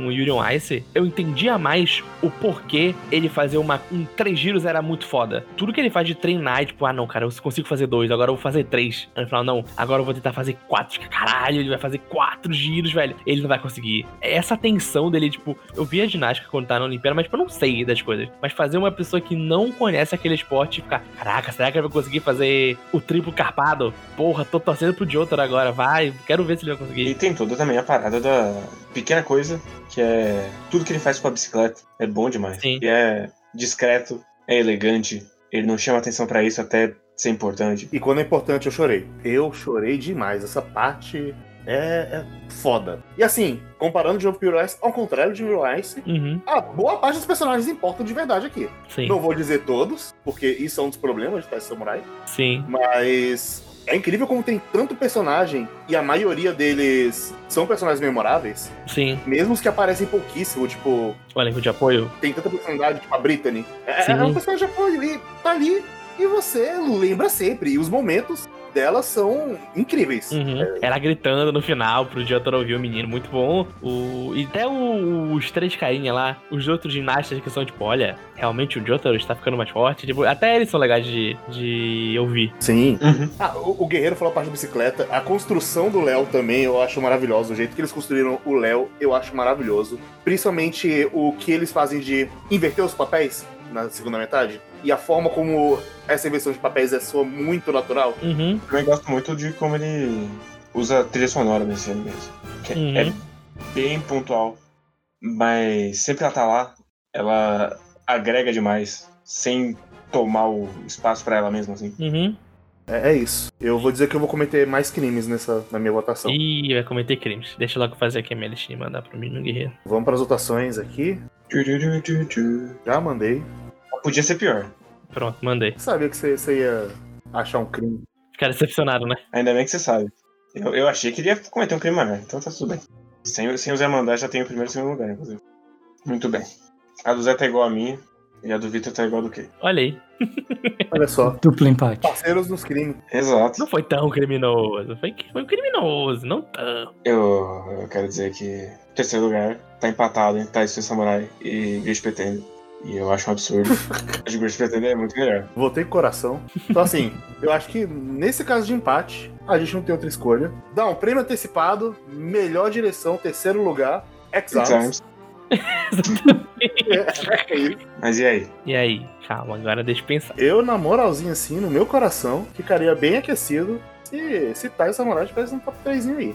[SPEAKER 3] o Yuri on Ice, eu entendia mais o porquê ele fazer uma, um três giros era muito foda. Tudo que ele faz de treinar, é tipo, ah não, cara, eu consigo fazer dois, agora eu vou fazer três. Aí no final, não, agora eu vou tentar fazer quatro. Caralho, ele vai fazer quatro giros, velho. Ele não vai conseguir. Essa tensão dele, tipo, eu vi a ginástica quando tá na Olimpíada, mas tipo, eu não sei das coisas. Mas fazer uma pessoa que não conhece aquele esporte e ficar, caraca, será que ele vai conseguir fazer o triplo carpado? Porra, tô torcendo pro Jotaro agora, vai, quero ver se ele vai
[SPEAKER 2] E
[SPEAKER 3] conseguir.
[SPEAKER 2] tem toda também a parada da pequena coisa, que é tudo que ele faz com a bicicleta. É bom demais.
[SPEAKER 3] Sim.
[SPEAKER 2] E é discreto, é elegante, ele não chama atenção pra isso até ser importante.
[SPEAKER 1] E quando é importante, eu chorei. Eu chorei demais. Essa parte é, é foda. E assim, comparando de novo com Yuri on Ice, ao contrário de Yuri on Ice,
[SPEAKER 3] Uhum,
[SPEAKER 1] a boa parte dos personagens importam de verdade aqui.
[SPEAKER 3] sim,
[SPEAKER 1] Não vou dizer todos, porque isso é um dos problemas de Tais Samurai,
[SPEAKER 3] sim.
[SPEAKER 1] mas é incrível como tem tanto personagem e a maioria deles são personagens memoráveis,
[SPEAKER 3] Sim,
[SPEAKER 1] mesmo os que aparecem pouquíssimo, tipo,
[SPEAKER 3] o elenco de apoio.
[SPEAKER 1] tem tanta personalidade, tipo a Brittany. É,
[SPEAKER 3] Sim.
[SPEAKER 1] é um personagem que ele tá ali e você lembra sempre, e os momentos dela são incríveis.
[SPEAKER 3] Uhum. Ela gritando no final pro Jotaro ouvir o menino, muito bom. O... E até o- os três carinha lá, os outros ginastas que são tipo, olha, realmente o Jotaro está ficando mais forte. Tipo, até eles são legais de, de ouvir.
[SPEAKER 1] Sim.
[SPEAKER 2] Uhum.
[SPEAKER 1] Ah, o, o Guerreiro falou a parte da bicicleta. A construção do Léo também eu acho maravilhosa. O jeito que eles construíram o Léo eu acho maravilhoso. Principalmente o que eles fazem de inverter os papéis na segunda metade. E a forma como essa inversão de papéis é sua muito natural.
[SPEAKER 3] Uhum.
[SPEAKER 2] Também gosto muito de como ele usa a trilha sonora nesse ano mesmo. Que
[SPEAKER 3] Uhum.
[SPEAKER 2] é bem pontual, mas sempre que ela tá lá, ela agrega demais, sem tomar o espaço pra ela mesma, assim.
[SPEAKER 3] Uhum.
[SPEAKER 1] É, é isso. Eu vou dizer que eu vou cometer mais crimes nessa, na minha votação.
[SPEAKER 3] Ih, vai cometer crimes. Deixa eu logo fazer aqui a minha listinha e mandar pro menino guerreiro.
[SPEAKER 1] Vamos para as votações aqui.
[SPEAKER 2] Tchurururu.
[SPEAKER 1] Já mandei.
[SPEAKER 2] Podia ser pior.
[SPEAKER 3] Pronto, mandei.
[SPEAKER 1] Sabia que você, você ia achar um crime.
[SPEAKER 3] Ficar decepcionado, né?
[SPEAKER 2] Ainda bem que você sabe. Eu, eu achei que ele ia cometer um crime maior, então tá tudo bem. Sem, sem o Zé mandar, já tenho o primeiro e o segundo lugar, inclusive. Muito bem. A do Zé tá igual a minha, e a do Vitor tá igual a do quê?
[SPEAKER 3] Olha aí.
[SPEAKER 1] Olha
[SPEAKER 4] *laughs*
[SPEAKER 1] só.
[SPEAKER 4] Duplo empate.
[SPEAKER 1] Parceiros nos crimes.
[SPEAKER 2] Exato.
[SPEAKER 3] Não foi tão criminoso. Foi, foi criminoso, não tão.
[SPEAKER 2] Eu, eu quero dizer que o terceiro lugar tá empatado entre Taisu Samurai e Great Pretender. E eu acho um absurdo. Acho que Great Pretender é muito melhor.
[SPEAKER 1] Voltei com o coração. Então, assim, eu acho que nesse caso de empate, a gente não tem outra escolha. Dá um prêmio antecipado, melhor direção, terceiro lugar, Exiles. *laughs*
[SPEAKER 2] Sometimes.
[SPEAKER 1] É isso.
[SPEAKER 2] Mas e aí?
[SPEAKER 3] E aí? Calma, agora deixa eu pensar.
[SPEAKER 1] eu, na moralzinha, assim, no meu coração, ficaria bem aquecido se, se Taio Samurai tivesse um top 3 aí.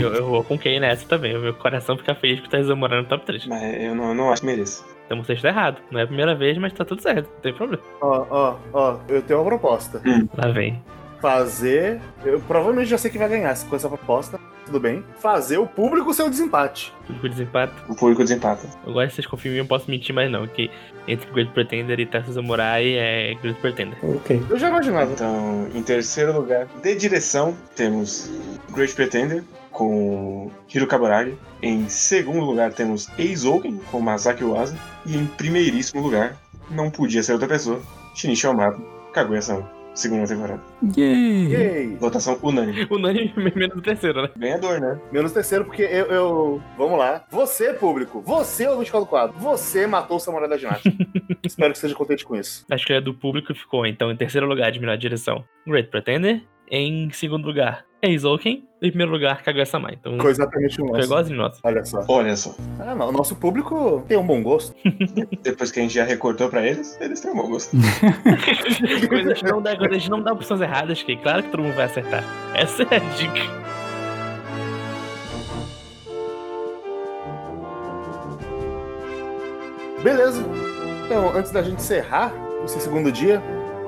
[SPEAKER 3] Eu, eu vou com quem nessa também. O meu coração fica feliz que tá examorando no top 3.
[SPEAKER 2] Mas eu não, eu não acho que mereça.
[SPEAKER 3] Então você está errado. Não é a primeira vez, mas tá tudo certo. Não tem problema.
[SPEAKER 1] Ó, ó, ó, eu tenho uma proposta.
[SPEAKER 3] Lá vem.
[SPEAKER 1] fazer. Eu provavelmente já sei que vai ganhar com essa proposta. Tudo bem. Fazer o público ser o desempate.
[SPEAKER 3] Público desempate.
[SPEAKER 2] O público desempata.
[SPEAKER 3] Agora vocês confiam em mim, eu não posso mentir mais não. Que entre Great Pretender e Tarsus Samurai é Great Pretender.
[SPEAKER 4] Ok.
[SPEAKER 1] Eu já imaginava.
[SPEAKER 2] Então, em terceiro lugar, de direção, temos Great Pretender com Hiro Kaburagi. Em segundo lugar, temos Eizouken com Masaki Uasa. E em primeiríssimo lugar, não podia ser outra pessoa, Shinichi Yamato, Kaguya-sama. Segunda temporada.
[SPEAKER 4] Yay!
[SPEAKER 1] Yay!
[SPEAKER 2] Votação unânime.
[SPEAKER 3] *laughs* O Nani menos o terceiro, né?
[SPEAKER 2] Ganhador, né?
[SPEAKER 1] Menos terceiro, porque eu, eu- Vamos lá. Você, público. Você, ouvinte do quadro. Você matou o samurai da
[SPEAKER 3] *laughs*
[SPEAKER 1] ginástica. Espero que esteja contente com isso.
[SPEAKER 3] A escolha é do público ficou, então, em terceiro lugar de melhor direção, Great Pretender. Em segundo lugar, Eizouken. Em primeiro lugar, Kaguya-sama. Então,
[SPEAKER 1] Foi exatamente o
[SPEAKER 3] foi
[SPEAKER 1] nosso.
[SPEAKER 3] igualzinho nosso. *laughs*
[SPEAKER 1] Olha só.
[SPEAKER 2] Olha só.
[SPEAKER 1] Ah, não. O nosso público tem um bom gosto.
[SPEAKER 2] Depois que a gente já recortou pra eles, eles têm um bom gosto.
[SPEAKER 3] Quando a gente não dá, quando a gente não dá opções erradas, que claro que todo mundo vai acertar. Essa é a dica.
[SPEAKER 1] Beleza. Então, antes da gente encerrar esse segundo dia,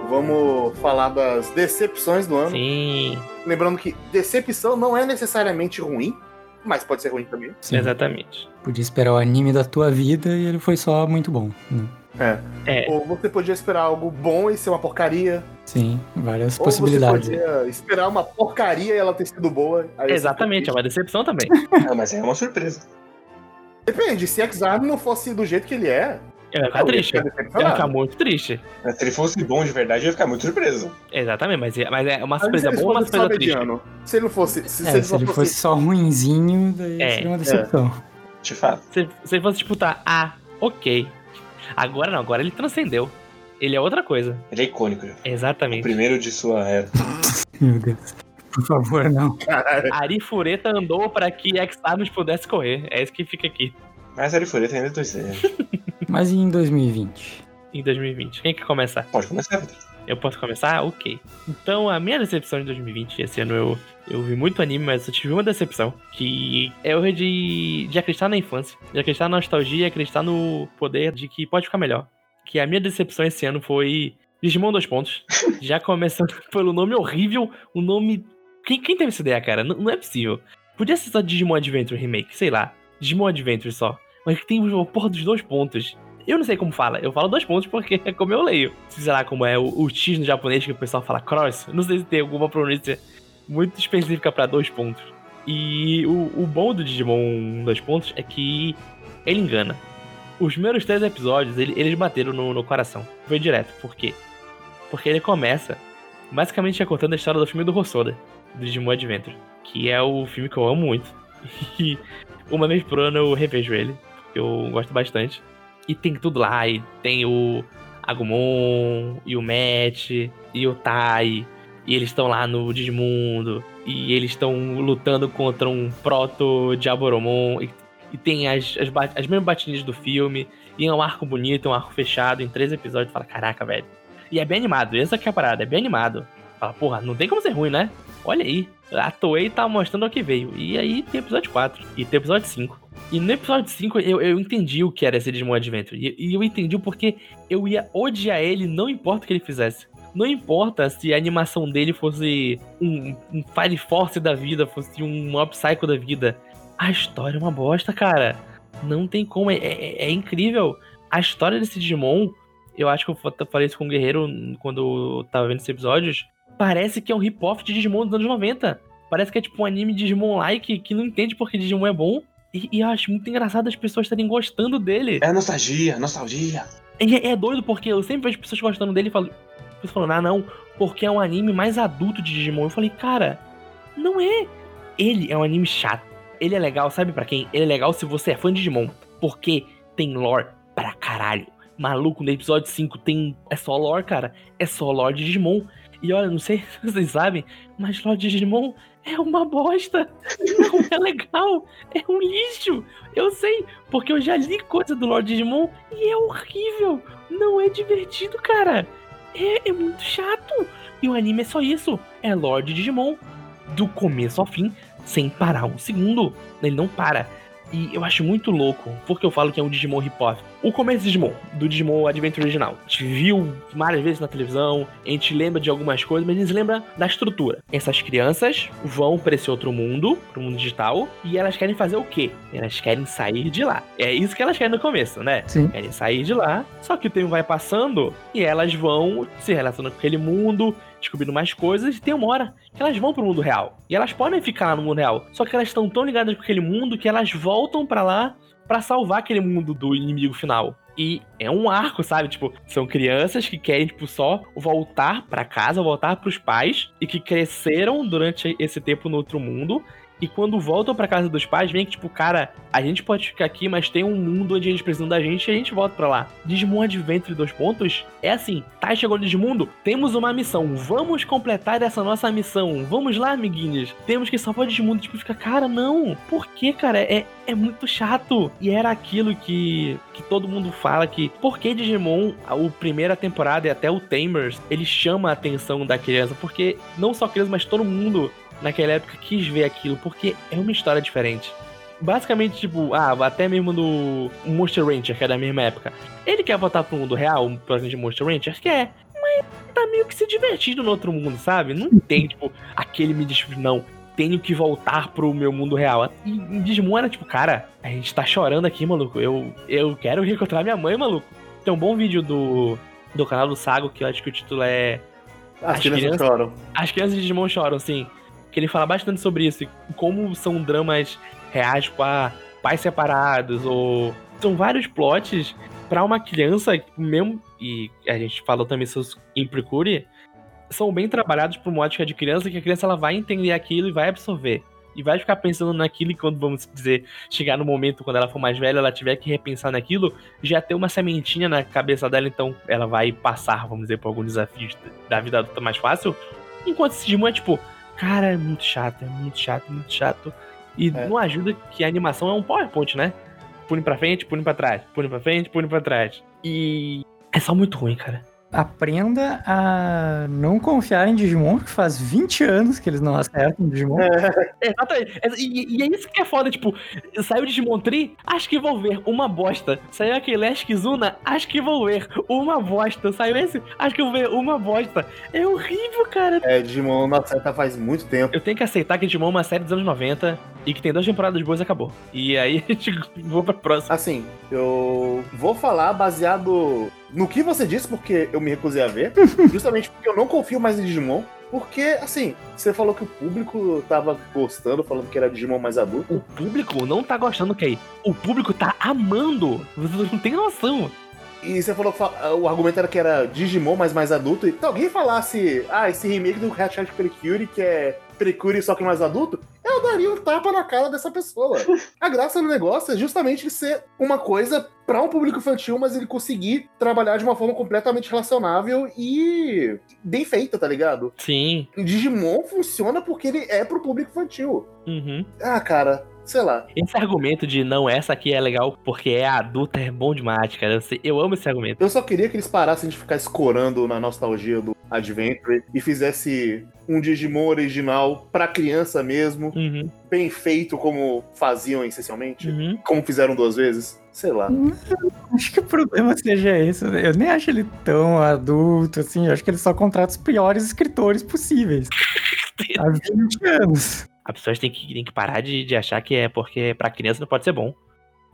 [SPEAKER 1] vamos falar das decepções do ano.
[SPEAKER 3] Sim,
[SPEAKER 1] Lembrando que decepção não é necessariamente ruim, mas pode ser ruim também.
[SPEAKER 4] Sim.
[SPEAKER 3] exatamente.
[SPEAKER 4] Podia esperar o anime da tua vida e ele foi só muito bom. né?
[SPEAKER 3] É,
[SPEAKER 1] Ou você podia esperar algo bom e ser uma porcaria.
[SPEAKER 4] Sim, várias
[SPEAKER 1] Ou você
[SPEAKER 4] possibilidades.
[SPEAKER 1] podia esperar uma porcaria e ela ter sido boa. Aí você
[SPEAKER 3] exatamente, é
[SPEAKER 1] fica
[SPEAKER 3] uma decepção também.
[SPEAKER 2] Ah, mas é uma surpresa.
[SPEAKER 1] triste. Depende, se X-Arm não fosse do jeito que ele é,
[SPEAKER 3] Eu *laughs* ia ficar
[SPEAKER 1] eu ia
[SPEAKER 3] triste.
[SPEAKER 1] ficar
[SPEAKER 3] Eu ia ficar
[SPEAKER 1] decepcionado.
[SPEAKER 3] muito triste.
[SPEAKER 2] Mas se ele fosse bom de verdade, eu ia ficar muito surpreso.
[SPEAKER 3] Exatamente, mas, é- mas é uma
[SPEAKER 1] Mas se
[SPEAKER 3] surpresa
[SPEAKER 1] ele
[SPEAKER 3] boa ou uma
[SPEAKER 1] fosse só
[SPEAKER 3] surpresa triste?
[SPEAKER 1] mediano, se ele não fosse. Se,
[SPEAKER 4] É,
[SPEAKER 1] se ele
[SPEAKER 4] se
[SPEAKER 1] só
[SPEAKER 4] ele
[SPEAKER 1] fosse,
[SPEAKER 4] fosse só ruinzinho, daí
[SPEAKER 3] É,
[SPEAKER 4] seria uma decepção.
[SPEAKER 2] De fato.
[SPEAKER 3] Se, se ele fosse disputar, ah, ok. Agora não, agora ele transcendeu. Ele é outra coisa.
[SPEAKER 2] Ele é icônico. já. O
[SPEAKER 3] Exatamente.
[SPEAKER 2] primeiro de sua era.
[SPEAKER 1] é.
[SPEAKER 4] *laughs* Meu Deus. Por favor, não.
[SPEAKER 3] Ari Fureta andou para que X-Arms pudesse correr. É isso que fica aqui
[SPEAKER 2] Mas a Arifureta ainda é 2D.
[SPEAKER 4] Mas e em 2020?
[SPEAKER 3] em 2020. Quem quer começar?
[SPEAKER 2] Pode começar, Vitor.
[SPEAKER 3] Eu posso começar? Ah, Ok. Então, a minha decepção de 2020, esse ano eu, eu vi muito anime, mas eu tive uma decepção, que é o de, de acreditar na infância, de acreditar na nostalgia, acreditar no poder de que pode ficar melhor. Que a minha decepção esse ano foi Digimon dois pontos. Já começando pelo nome horrível, o nome... Quem, quem teve essa ideia, cara? Não, não é possível. Podia ser só Digimon Adventure Remake, sei lá. Digimon Adventure só. Mas que tem o porra dos dois pontos. Eu não sei como fala, eu falo dois pontos porque *laughs* é como eu leio. Sei lá como é o, o X no japonês que o pessoal fala cross. Não sei se tem alguma pronúncia muito específica pra dois pontos. E o, o bom do Digimon dois pontos é que ele engana. Os primeiros três episódios ele- eles bateram no, no coração. Foi direto. Por quê? Porque ele começa basicamente já contando a história do filme do Rossoda, do Digimon Adventure, que é o filme que eu amo muito. *laughs* E uma vez por ano eu revejo ele, porque eu gosto bastante. E tem tudo lá, e tem o Agumon, e o Matt, e o Tai, e eles estão lá no Digimundo, e eles estão lutando contra um proto-Diaboromon, e, e tem as, as, ba- as mesmas batidinhas do filme, e é um arco bonito, é um arco fechado, em três episódios, fala, caraca, velho. E é bem animado, essa que é a parada, é bem animado. Fala, porra, não tem como ser ruim, né? Olha aí, a Toei tá mostrando o que veio. E aí tem episódio 4, e tem episódio 5. E no episódio 5 eu, eu entendi o que era esse Digimon Adventure. E, e eu entendi o porquê eu ia odiar ele, não importa o que ele fizesse. Não importa se a animação dele fosse um, um Fire Force da vida, fosse um Mob Psycho da vida. A história é uma bosta, cara. Não tem como, é, é- é incrível. A história desse Digimon, eu acho que eu fa- falei isso com o Guerreiro quando eu tava vendo esses episódios. Parece que é um rip-off de Digimon dos anos 90. Parece que é tipo um anime Digimon-like que não entende porque Digimon é bom. E, e eu acho muito engraçado as pessoas estarem gostando dele.
[SPEAKER 2] É nostalgia, nostalgia.
[SPEAKER 3] E é, é doido porque eu sempre vejo pessoas gostando dele e falo. Pessoas falando, ah não, porque é um anime mais adulto de Digimon. Eu falei, cara, não é. Ele é um anime chato. Ele é legal, sabe pra quem? Ele é legal se você é fã de Digimon. Porque tem lore pra caralho. Maluco, no episódio 5 tem. É só lore, cara. É só lore de Digimon. E olha, não sei *laughs* se vocês sabem, mas lore de Digimon é uma bosta. *laughs* Não é legal. É um lixo. Eu sei, porque eu já li coisa do Lord Digimon e é horrível. Não é divertido, cara. É, é muito chato. E o anime é só isso. É Lord Digimon. Do começo ao fim, sem parar um segundo. Ele não para. E eu acho muito louco, porque eu falo que é um Digimon Ripoff. o começo do Digimon, do Digimon Adventure original. A gente viu várias vezes na televisão, a gente lembra de algumas coisas, mas a gente lembra da estrutura. Essas crianças vão pra esse outro mundo, pro mundo digital, e elas querem fazer o quê? Elas querem sair de lá. É isso que elas querem no começo, né?
[SPEAKER 4] Sim.
[SPEAKER 3] Querem sair de lá, só que o tempo vai passando e elas vão se relacionando com aquele mundo, descobrindo mais coisas, e tem uma hora que elas vão pro mundo real. E elas podem ficar lá no mundo real, só que elas estão tão ligadas com aquele mundo que elas voltam pra lá pra salvar aquele mundo do inimigo final. E é um arco, sabe? Tipo, são crianças que querem, tipo, só voltar pra casa, voltar pros pais, e que cresceram durante esse tempo no outro mundo, e quando voltam pra casa dos pais, vem que, tipo, cara, a gente pode ficar aqui, mas tem um mundo onde eles precisam da gente e a gente volta pra lá. Digimon Adventure 2 pontos é assim, tá chegando Digimundo, temos uma missão, vamos completar essa nossa missão, vamos lá, amiguinhos, temos que salvar o Digimundo. Tipo, fica, cara, não, por que, cara? É, é muito chato. E era aquilo que, que todo mundo fala que, por que Digimon, a o primeira temporada e até o Tamers, ele chama a atenção da criança, porque não só a criança, mas todo mundo naquela época quis ver aquilo, porque é uma história diferente. Basicamente, tipo, ah, até mesmo do Monster Ranger, que é da mesma época. Ele quer voltar pro mundo real, pro de Monster Ranger? Quer. Mas tá meio que se divertindo no outro mundo, sabe? Não tem, tipo, aquele me diz, não, tenho que voltar pro meu mundo real. E em Digimon era tipo, cara, a gente tá chorando aqui, maluco. Eu, eu quero reencontrar minha mãe, maluco. Tem um bom vídeo do, do canal do Sago, que eu acho que o título é
[SPEAKER 1] As,
[SPEAKER 3] As
[SPEAKER 1] crianças
[SPEAKER 3] crianças-
[SPEAKER 1] choram.
[SPEAKER 3] as crianças de Digimon choram, assim. Que ele fala bastante sobre isso. e Como são dramas reais, tipo, ah, pais separados, ou. São vários plots pra uma criança, mesmo. E a gente falou também sobre isso em Precure. São bem trabalhados por uma ótica de criança, que a criança ela vai entender aquilo e vai absorver. E vai ficar pensando naquilo, e quando, vamos dizer, chegar no momento, quando ela for mais velha, ela tiver que repensar naquilo, já tem uma sementinha na cabeça dela, então ela vai passar, vamos dizer, por algum desafio da vida adulta mais fácil, Enquanto esse Digimon é tipo, cara, é muito chato, é muito chato, é muito chato. E
[SPEAKER 1] É.
[SPEAKER 3] não ajuda que a animação é um PowerPoint, né? Pune pra frente, pune pra trás, pune pra frente, pune pra trás. E é só muito ruim, cara.
[SPEAKER 4] Aprenda a não confiar em Digimon, que faz 20 anos que eles não acertam Digimon.
[SPEAKER 1] É.
[SPEAKER 3] Exatamente. E, e é isso que é foda, tipo, saiu Digimon Tree, acho que vou ver, uma bosta. Saiu aquele Ash Kizuna, acho que vou ver, uma bosta. Saiu esse, acho que vou ver, uma bosta. É horrível, cara.
[SPEAKER 1] É, Digimon não acerta faz muito tempo.
[SPEAKER 3] Eu tenho que aceitar que Digimon é uma série dos anos 90 e que tem duas temporadas boas e acabou. E aí *laughs* a gente voa pra próxima.
[SPEAKER 1] Assim, eu vou falar baseado no que você disse, porque eu me recusei a ver. justamente porque eu não confio mais em Digimon. Porque, assim, você falou que o público tava gostando, falando que era Digimon mais adulto.
[SPEAKER 3] O público não tá gostando, Kay. O público tá amando. Vocês não tem noção.
[SPEAKER 1] E você falou que fa- o argumento era que era Digimon, mas mais adulto. E se alguém falasse, ah, esse remake do Hatchet Precure, que é Precure só que mais adulto, eu daria um tapa na cara dessa pessoa. A graça do negócio é justamente ele ser uma coisa pra um público infantil, mas ele conseguir trabalhar de uma forma completamente relacionável e bem feita, tá ligado?
[SPEAKER 3] Sim.
[SPEAKER 1] Digimon funciona porque ele é pro público infantil.
[SPEAKER 3] Uhum.
[SPEAKER 1] Ah, cara, sei lá.
[SPEAKER 3] Esse argumento de não, essa aqui é legal porque é adulta, é bom demais, cara. Eu, sei- eu amo esse argumento.
[SPEAKER 1] Eu só queria que eles parassem de ficar escorando na nostalgia do Adventure e fizesse um Digimon original pra criança mesmo,
[SPEAKER 3] Uhum.
[SPEAKER 1] bem feito como faziam essencialmente,
[SPEAKER 3] Uhum.
[SPEAKER 1] como fizeram duas vezes, sei lá.
[SPEAKER 4] *laughs* Acho que o problema seja esse. Eu nem acho ele tão adulto, assim. Eu acho que ele só contrata os piores escritores possíveis. Há 20 anos.
[SPEAKER 3] *laughs* As pessoas têm que, têm que parar de, de achar que é porque pra criança não pode ser bom.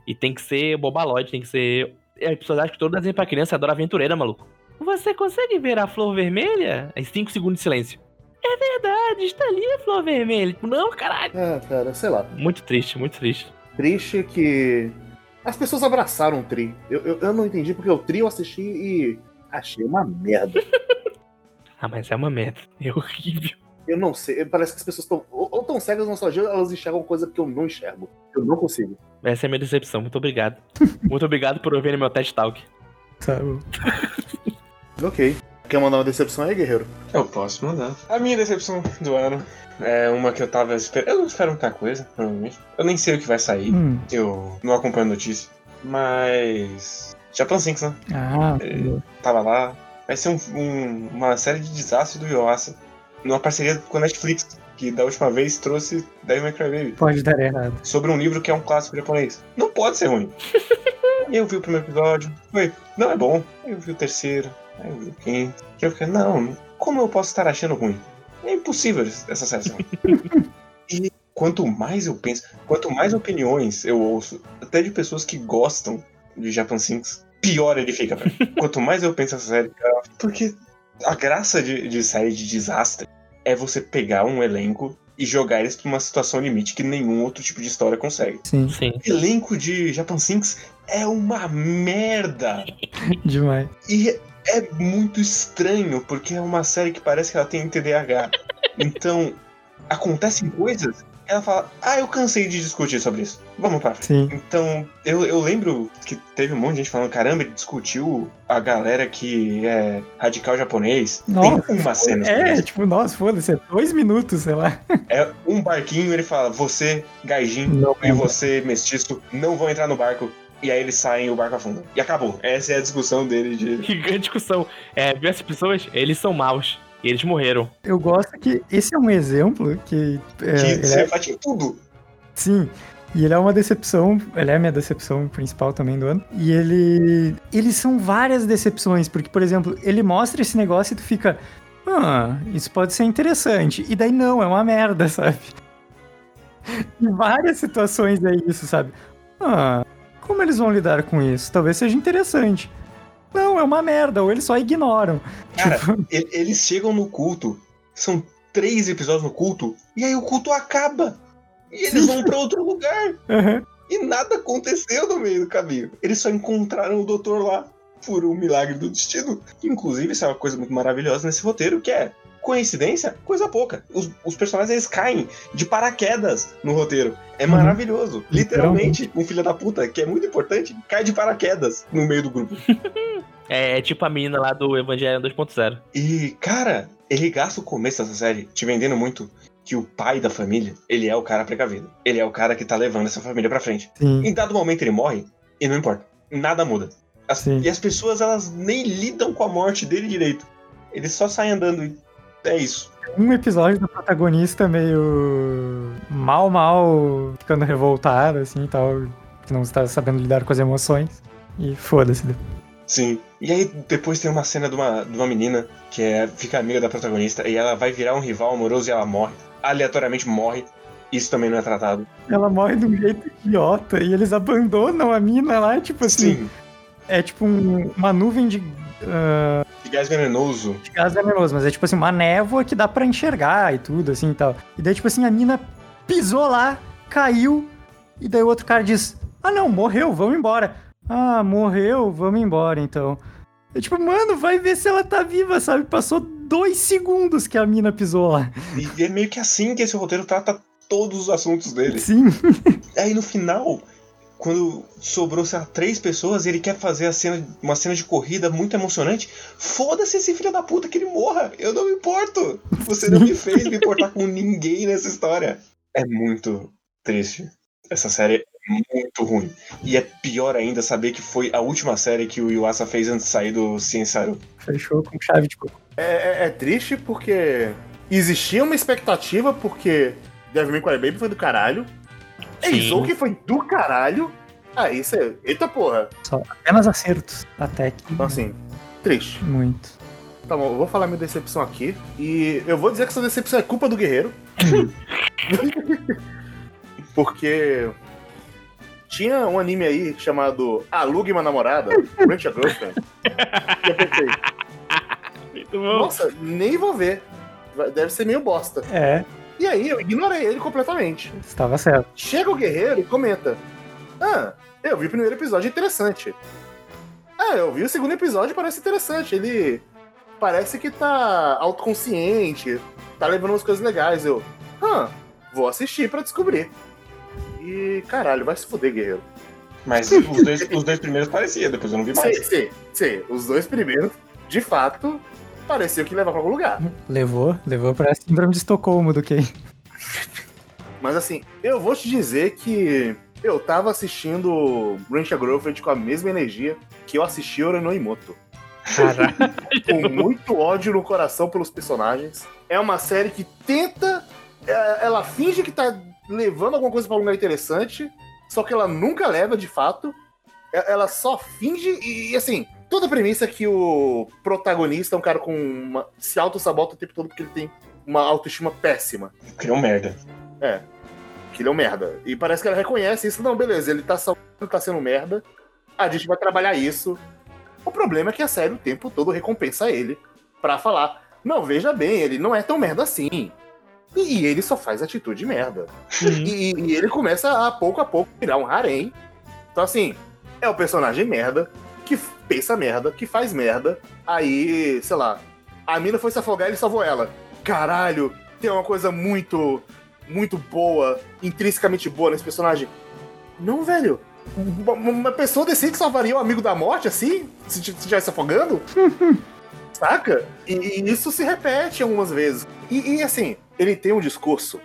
[SPEAKER 3] E tem que ser bobalóide, tem que ser. é, e As pessoas acham que todo desenho pra criança adora aventureira, maluco. Você consegue ver a flor vermelha? Aí 5 segundos de silêncio. É verdade, está ali a flor vermelha. Tipo, Não, caralho.
[SPEAKER 1] Ah, cara, sei lá.
[SPEAKER 3] Muito triste, muito triste.
[SPEAKER 1] Triste que. As pessoas abraçaram o Tri. Eu, eu, eu não entendi porque o Tri eu assisti e achei uma merda.
[SPEAKER 3] Ah, mas é uma merda. É horrível.
[SPEAKER 1] Eu não sei, parece que as pessoas estão. Ou ou tão cegas na nostalgia, ou elas enxergam coisa que eu não enxergo. Eu não consigo.
[SPEAKER 3] Essa é a minha decepção. Muito *laughs* obrigado. muito obrigado por ouvir meu TED Talk.
[SPEAKER 4] Sabe?
[SPEAKER 1] Ok. Quer mandar uma decepção aí, guerreiro?
[SPEAKER 2] Eu posso mandar. A minha decepção do ano é uma que eu tava esperando. Eu não espero muita coisa, provavelmente. Eu nem sei o que vai sair.
[SPEAKER 4] Hum.
[SPEAKER 2] Eu não acompanho notícia. Mas. Japan 5, né?
[SPEAKER 4] Ah,
[SPEAKER 2] Tava lá. Vai ser um- um- uma série de desastres do Yoasa. Numa parceria com a Netflix, que da última vez trouxe Devil May Cry Baby.
[SPEAKER 4] pode dar errado.
[SPEAKER 2] Sobre um livro que é um clássico japonês. Não pode ser ruim. Eu vi o primeiro episódio, foi, não é bom. Aí Eu vi o terceiro, aí eu vi o quinto. E eu fiquei, não, como eu posso estar achando ruim? É impossível essa sessão. e quanto mais eu penso, quanto mais opiniões eu ouço, até de pessoas que gostam de Japan Sinks, pior ele fica, velho. Quanto mais eu penso essa série, cara, porque a graça de, de série de desastre é você pegar um elenco e jogar eles pra uma situação limite que nenhum outro tipo de história consegue.
[SPEAKER 4] Sim,
[SPEAKER 3] Sim.
[SPEAKER 2] Elenco de Japan Sinks é uma merda.
[SPEAKER 4] demais.
[SPEAKER 2] E é muito estranho, porque é uma série que parece que ela tem
[SPEAKER 4] *laughs*
[SPEAKER 2] TDAH. Então, acontecem coisas, ela fala, ah, eu cansei de discutir sobre isso. Vamos pra frente.
[SPEAKER 4] Sim.
[SPEAKER 2] Então, eu, eu lembro que teve um monte de gente falando, caramba, ele discutiu a galera que é radical japonês.
[SPEAKER 4] Nossa,
[SPEAKER 2] tem uma cena. sobre
[SPEAKER 4] É,
[SPEAKER 2] isso.
[SPEAKER 4] tipo, nossa, foda-se, é dois minutos, sei lá.
[SPEAKER 2] é um barquinho, ele fala, você, gaijin,
[SPEAKER 4] Não, é
[SPEAKER 2] e você, mestiço, não vão entrar no barco. E aí eles saem e o barco afunda. E acabou. Essa é a discussão dele de.
[SPEAKER 3] Que grande discussão. É, viu essas pessoas? Eles são maus. E eles morreram.
[SPEAKER 4] Eu gosto que esse é um exemplo que. é,
[SPEAKER 2] que
[SPEAKER 4] ele
[SPEAKER 2] se
[SPEAKER 4] é-
[SPEAKER 2] reflete em tudo.
[SPEAKER 4] sim. E ele é uma decepção, ele é a minha decepção principal também do ano. E ele. Eles são várias decepções, porque, por exemplo, ele mostra esse negócio e tu fica. Ah, isso pode ser interessante. E daí não, é uma merda, *laughs* sabe? Em várias situações é isso, sabe? Ah, como eles vão lidar com isso? Talvez seja interessante. Não, é uma merda, ou eles só ignoram. Tipo,
[SPEAKER 2] Cara, e- eles chegam no culto, são três episódios no culto, e aí o culto acaba. E eles vão pra outro lugar.
[SPEAKER 4] *laughs* Aham.
[SPEAKER 2] E nada aconteceu no meio do caminho. Eles só encontraram o doutor lá por um milagre do destino. Inclusive, isso é uma coisa muito maravilhosa nesse roteiro, que é coincidência, coisa pouca. Os, os personagens eles caem de paraquedas no roteiro. É
[SPEAKER 4] Uhum.
[SPEAKER 2] maravilhoso. Literalmente, um filho da puta, que é muito importante, cai de paraquedas no meio do grupo.
[SPEAKER 3] É, é tipo a menina lá do Evangelho 2.0.
[SPEAKER 2] E, cara, ele gasta o começo dessa série te vendendo muito que o pai da família, ele é o cara precavido. Ele é o cara que tá levando essa família pra frente.
[SPEAKER 4] Sim.
[SPEAKER 2] Em dado momento ele morre, e não importa. Nada muda. As-
[SPEAKER 4] Sim.
[SPEAKER 2] e as pessoas, elas nem lidam com a morte dele direito. Ele só sai andando e é isso.
[SPEAKER 4] um episódio do protagonista meio mal, mal, ficando revoltado, assim, e tal, que não está sabendo lidar com as emoções. E foda-se.
[SPEAKER 2] Sim. E aí depois tem uma cena de uma, de uma menina que é, fica amiga da protagonista e ela vai virar um rival amoroso e ela morre. Aleatoriamente morre. Isso também não é tratado.
[SPEAKER 4] Ela morre de um jeito idiota e eles abandonam a mina lá, tipo assim,
[SPEAKER 2] Sim.
[SPEAKER 4] é tipo um- uma nuvem de,
[SPEAKER 2] De gás venenoso.
[SPEAKER 4] de gás venenoso, mas é tipo assim, uma névoa que dá pra enxergar e tudo, assim, e tal. E daí, tipo assim, a mina pisou lá, caiu, e daí o outro cara diz, ah não, morreu, vamos embora. Ah, morreu, vamos embora, então. É tipo, mano, vai ver se ela tá viva, sabe? Passou dois segundos que a mina pisou lá.
[SPEAKER 2] E é meio que assim que esse roteiro trata todos os assuntos dele.
[SPEAKER 4] Sim,
[SPEAKER 2] Aí no final, quando sobrou, sei lá, três pessoas, ele quer fazer a cena, uma cena de corrida muito emocionante. Foda-se esse filho da puta que ele morra! Eu não me importo! Você não me fez me importar com ninguém nessa história. É muito triste. Essa série é muito ruim. E é pior ainda saber que foi a última série que o Yuasa fez antes de sair do Ciensaru.
[SPEAKER 4] fechou com chave tipo, de coco.
[SPEAKER 1] É, é- é triste porque existia uma expectativa, porque Devil May Cry Baby foi do caralho, Eizouken foi do caralho, aí você... Eita porra!
[SPEAKER 4] Só apenas acertos. Até que
[SPEAKER 1] Então assim, triste.
[SPEAKER 4] muito.
[SPEAKER 1] Tá bom, eu vou falar minha decepção aqui, e eu vou dizer que essa decepção é culpa do guerreiro. *laughs* porque tinha um anime aí chamado Alugue Uma Namorada, Rent a Girlfriend, que eu pensei,
[SPEAKER 3] Muito bom.
[SPEAKER 1] nossa, nem vou ver, Vai- deve ser meio bosta.
[SPEAKER 4] É,
[SPEAKER 1] E aí eu ignorei ele completamente.
[SPEAKER 4] estava certo.
[SPEAKER 1] Chega o guerreiro e comenta: Ah, eu vi o primeiro episódio interessante. Ah, eu vi o segundo episódio parece interessante. Ele parece que tá autoconsciente, tá levando umas coisas legais. Eu, ah, vou assistir pra descobrir. E caralho, vai se fuder, guerreiro.
[SPEAKER 2] Mas os dois, os dois primeiros pareciam, depois eu não vi mais.
[SPEAKER 1] Sim, sim, sim. Os dois primeiros, de fato, pareciam que levavam pra algum lugar.
[SPEAKER 4] Levou, levou pra síndrome de Estocolmo do Ken.
[SPEAKER 1] Mas assim, eu vou te dizer que eu tava assistindo Brancha Girlfriend com a mesma energia que eu assisti Ora no Imoto. com muito ódio no coração pelos personagens. É uma série que tenta. é, Ela finge que tá levando alguma coisa pra um lugar interessante, só que ela nunca leva de fato. E- Ela só finge e, e, assim, toda a premissa é que o protagonista é um cara com uma. se auto-sabota o tempo todo porque ele tem uma autoestima péssima.
[SPEAKER 2] Criou merda.
[SPEAKER 1] Que ele é um merda. E parece que ela reconhece isso. Não, beleza, ele tá sabotando, tá sendo um merda. A gente vai trabalhar isso. O problema é que a série o tempo todo recompensa ele pra falar: não, veja bem, ele não é tão merda assim. E, e ele só faz atitude merda.
[SPEAKER 3] Uhum.
[SPEAKER 1] E, e- e ele começa a pouco a pouco virar um harém. Então, assim, é o personagem merda, que f- pensa merda, que faz merda. Aí, sei lá, a mina foi se afogar e ele salvou ela. Caralho, tem uma coisa muito, muito boa, intrinsecamente boa nesse personagem. Não, velho. Uma, uma pessoa decente salvaria o amigo da morte assim? Se t- se estivesse afogando? Saca? E, e isso se repete algumas vezes. E- e assim, ele tem um discurso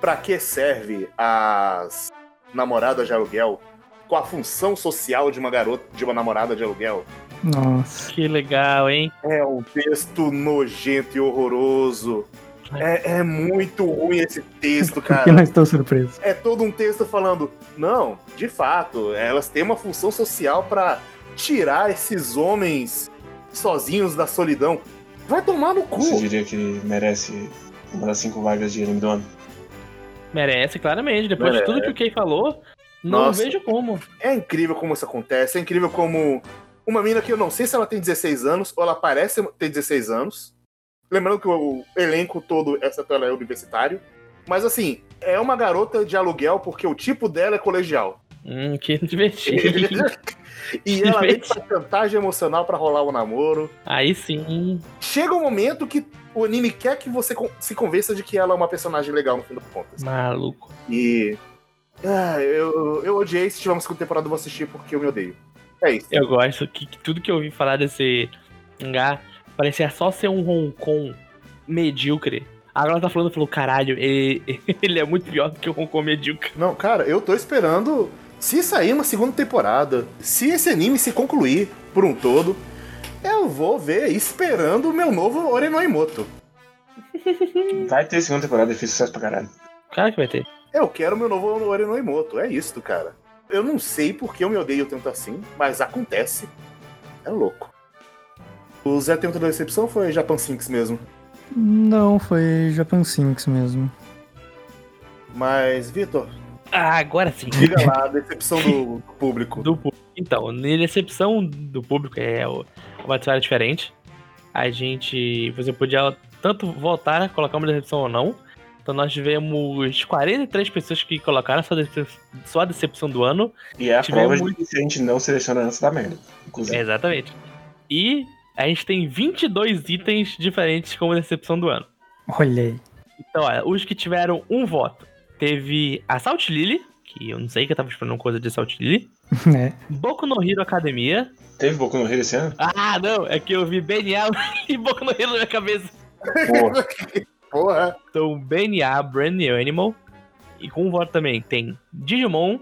[SPEAKER 1] Pra que serve as namoradas de aluguel? Qual a função social de uma garota, de uma namorada de aluguel?
[SPEAKER 4] Nossa.
[SPEAKER 3] Que legal, hein?
[SPEAKER 1] É um texto nojento e horroroso. É, é muito ruim esse texto,
[SPEAKER 4] Eu não
[SPEAKER 1] cara.
[SPEAKER 4] estou surpreso.
[SPEAKER 1] É todo um texto falando, não, de fato, elas têm uma função social pra tirar esses homens sozinhos da solidão. Vai tomar no
[SPEAKER 2] Você
[SPEAKER 1] cu.
[SPEAKER 2] diria que merece uma das cinco vagas de anime do ano?
[SPEAKER 3] Merece, claramente. Depois de tudo que o Kay falou, não
[SPEAKER 1] Nossa.
[SPEAKER 3] vejo como.
[SPEAKER 1] É incrível como isso acontece, é incrível como uma mina que eu não sei se ela tem 16 anos ou ela parece ter 16 anos. Lembrando que o elenco todo, essa tela é universitário. Mas assim, é uma garota de aluguel porque o tipo dela é colegial.
[SPEAKER 3] Hum, que divertido.
[SPEAKER 1] e ela vem pra chantagem emocional pra rolar o namoro.
[SPEAKER 3] Aí sim.
[SPEAKER 1] Chega um momento que o anime quer que você con- se convença de que ela é uma personagem legal no fim das contas.
[SPEAKER 3] Maluco.
[SPEAKER 1] E. Ah, eu, eu odiei. Se tiver uma segunda temporada, eu vou assistir porque eu me odeio. É isso.
[SPEAKER 3] Eu gosto que, que tudo que eu ouvi falar desse mangá parecia só ser um Hong Kong medíocre. Agora ela tá falando, falou, caralho, ele, *laughs* ele é muito pior do que o Hong Kong medíocre.
[SPEAKER 1] Não, cara, eu tô esperando se sair uma segunda temporada, se esse anime se concluir por um todo, eu vou ver esperando o meu novo Orenoimoto.
[SPEAKER 2] Vai ter segunda temporada e fez sucesso pra caralho.
[SPEAKER 3] Claro que vai ter.
[SPEAKER 1] Eu quero meu novo Orenoimoto, é isso, cara. Eu não sei porque eu me odeio tanto assim, mas acontece. É louco. O Zé tem outra decepção ou foi Japan Sinks mesmo?
[SPEAKER 4] Não, foi Japan Sinks mesmo.
[SPEAKER 1] Mas, Vitor,
[SPEAKER 3] Ah, agora sim.
[SPEAKER 1] diga lá a decepção do público.
[SPEAKER 3] do público. Então, na decepção do público é o- uma história diferente. A gente, você podia tanto votar, colocar uma decepção ou não. Então nós tivemos 43 pessoas que colocaram sua decepção, sua decepção do ano.
[SPEAKER 2] E é a
[SPEAKER 3] Tivemos
[SPEAKER 2] prova de
[SPEAKER 3] muito-
[SPEAKER 2] que se a gente não seleciona antes da merda. Inclusive.
[SPEAKER 3] Exatamente. E a gente tem 22 itens diferentes como decepção do ano.
[SPEAKER 4] Olha aí. *laughs*
[SPEAKER 3] Então, olha, os que tiveram um voto. Teve Assault Lily, que eu não sei que eu tava esperando coisa de Assault Lily.
[SPEAKER 4] Né?
[SPEAKER 3] Boku no Hero Academia,
[SPEAKER 2] Teve Boku no Hero esse ano?
[SPEAKER 3] Ah, não, é que eu vi BNA *laughs* e Boku no Hero na minha cabeça.
[SPEAKER 2] Porra.
[SPEAKER 1] Porra.
[SPEAKER 3] Então, BNA, Brand New Animal. E com um voto também tem Digimon,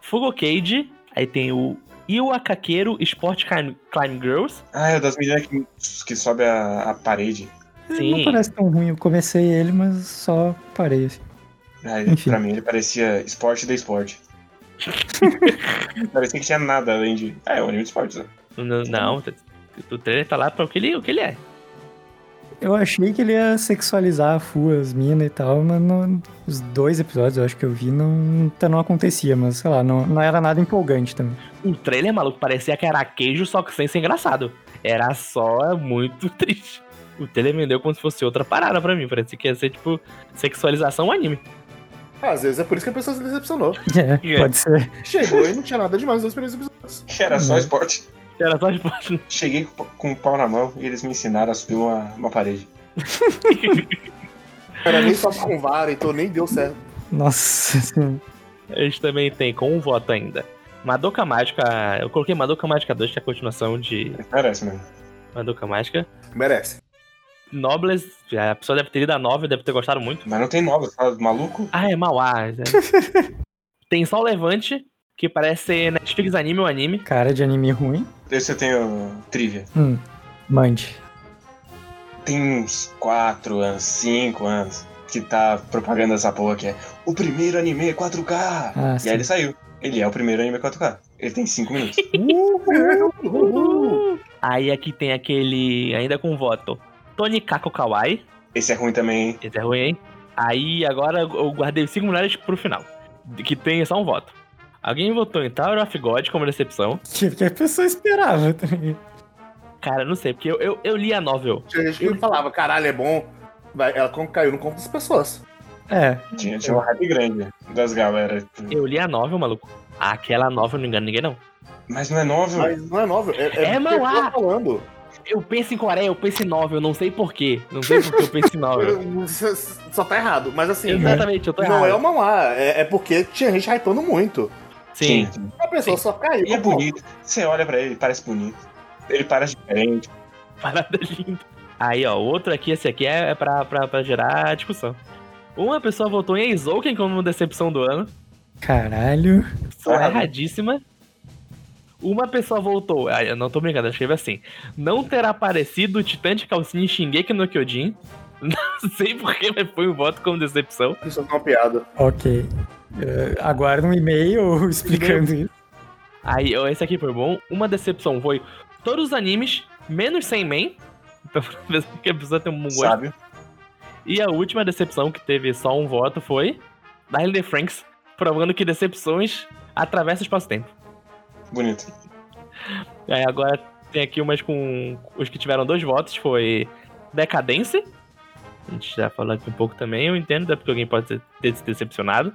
[SPEAKER 3] Fugokage, aí tem o Iwakakeiro Sport Climb, Climb Girls.
[SPEAKER 2] Ah, é o das meninas que, que sobe a, a parede.
[SPEAKER 3] Sim.
[SPEAKER 4] Não parece tão ruim. Eu comecei ele, mas só parei. assim.
[SPEAKER 2] Ah, ele,
[SPEAKER 4] Enfim.
[SPEAKER 2] pra mim ele parecia esporte da esporte. parecia que tinha nada além de. Ah, é um anime de esportes. né?
[SPEAKER 3] Não, não, o trailer tá lá pra o que ele, o que ele é.
[SPEAKER 4] Eu achei que ele ia sexualizar a Fu, as minas e tal, mas não- os dois episódios eu acho que eu vi não, tá- não acontecia, mas sei lá, não, não era nada empolgante também. *laughs*
[SPEAKER 3] O trailer, maluco, parecia que era queijo, só que sem ser engraçado. Era só muito *laughs* triste. O trailer vendeu como se fosse outra parada pra mim. Parecia que ia ser, tipo, sexualização um anime.
[SPEAKER 1] Às vezes é por isso que a pessoa se decepcionou.
[SPEAKER 4] É,
[SPEAKER 3] É.
[SPEAKER 4] pode ser.
[SPEAKER 1] Chegou e não tinha nada demais nos primeiros episódios.
[SPEAKER 2] Era só
[SPEAKER 4] Uhum.
[SPEAKER 2] esporte.
[SPEAKER 3] Era só, *laughs* tipo,
[SPEAKER 2] Cheguei com- com o pau na mão e eles me ensinaram a subir uma, uma parede.
[SPEAKER 1] Cara, nem sobe com vara, então nem deu certo.
[SPEAKER 4] Nossa, *laughs* assim,
[SPEAKER 3] A gente também tem com um voto ainda. Madoka Mágica. Eu coloquei Madoka Mágica 2, que é a continuação de
[SPEAKER 2] Parece mesmo.
[SPEAKER 3] Madoka Mágica.
[SPEAKER 1] Merece.
[SPEAKER 3] Nobles, a pessoa deve ter lido a novela, deve ter gostado muito.
[SPEAKER 2] Mas não tem nova, tá maluco?
[SPEAKER 3] Ah, é Mauá. né? tem só o Levante, que parece ser Netflix anime ou anime.
[SPEAKER 4] cara de anime ruim.
[SPEAKER 2] Esse eu tenho trivia.
[SPEAKER 4] Hum, mande.
[SPEAKER 2] Tem uns 4 anos, 5 anos, que tá propagando essa porra que é o primeiro anime 4K.
[SPEAKER 4] Ah,
[SPEAKER 2] e
[SPEAKER 4] sim.
[SPEAKER 2] aí ele saiu. Ele é o primeiro anime 4K. Ele tem 5 minutos.
[SPEAKER 1] Uhul!
[SPEAKER 3] Aí aqui tem aquele, ainda com voto, Tony Kako Kawaii.
[SPEAKER 2] Esse é ruim também,
[SPEAKER 3] *laughs*
[SPEAKER 2] hein?
[SPEAKER 3] Esse é ruim, hein? Aí agora eu guardei os cinco melhores pro final, que tem só um voto. Alguém votou em Tower of God como decepção.
[SPEAKER 4] Tipo, que a pessoa esperava. tá ligado?
[SPEAKER 3] Cara, não sei, porque eu, eu, eu li a novel.
[SPEAKER 1] Tinha gente que falava, caralho, é bom. Vai, ela con- caiu no conto das pessoas.
[SPEAKER 4] É.
[SPEAKER 2] Tinha, tinha uma hype grande das galera.
[SPEAKER 3] Eu li a novel, maluco. Aquela novel não engana ninguém, não.
[SPEAKER 2] Mas não é novel.
[SPEAKER 1] Mas não é novel. É,
[SPEAKER 3] É mangá.
[SPEAKER 1] pessoa falando.
[SPEAKER 3] Eu penso em Coreia, eu penso em novel, não sei porquê. Não sei porque eu penso em novel.
[SPEAKER 1] Só tá errado. Mas assim,
[SPEAKER 3] *laughs* Exatamente, eu tô tá errado.
[SPEAKER 1] não é o manhã. É, é porque tinha gente hypando muito.
[SPEAKER 3] Sim.
[SPEAKER 2] Tinha.
[SPEAKER 1] A pessoa só caiu.
[SPEAKER 2] E é bonito. Você olha pra ele, parece bonito. Ele parece diferente.
[SPEAKER 3] Parada linda. Aí, ó, o outro aqui, esse aqui é pra, pra, pra gerar discussão. Uma pessoa votou em Eizouken como decepção do ano.
[SPEAKER 4] Caralho.
[SPEAKER 3] São
[SPEAKER 2] Errado.
[SPEAKER 3] erradíssima. Uma pessoa voltou. Ah, eu não tô brincando, eu escrevi assim. Não terá aparecido o Titã de Calcinha em Shingeki no Kyojin. *laughs* Não sei porque, mas foi um voto como decepção.
[SPEAKER 1] Isso é uma piada.
[SPEAKER 4] Ok. Eh, aguardo um e-mail *laughs* explicando isso.
[SPEAKER 3] Aí, ó, esse aqui foi bom. Uma decepção foi todos os animes, menos Sem Man. Então, *laughs* apesar que a pessoa tem um bom gosto.
[SPEAKER 2] Sabe?
[SPEAKER 3] E a última decepção que teve só um voto foi Darlene de Franks, provando que decepções atravessam o espaço-tempo.
[SPEAKER 2] Bonito.
[SPEAKER 3] Aí agora tem aqui umas com. Os que tiveram dois votos foi Decadence. A gente já falou aqui um pouco também, eu entendo, até porque alguém pode ter- ter se decepcionado.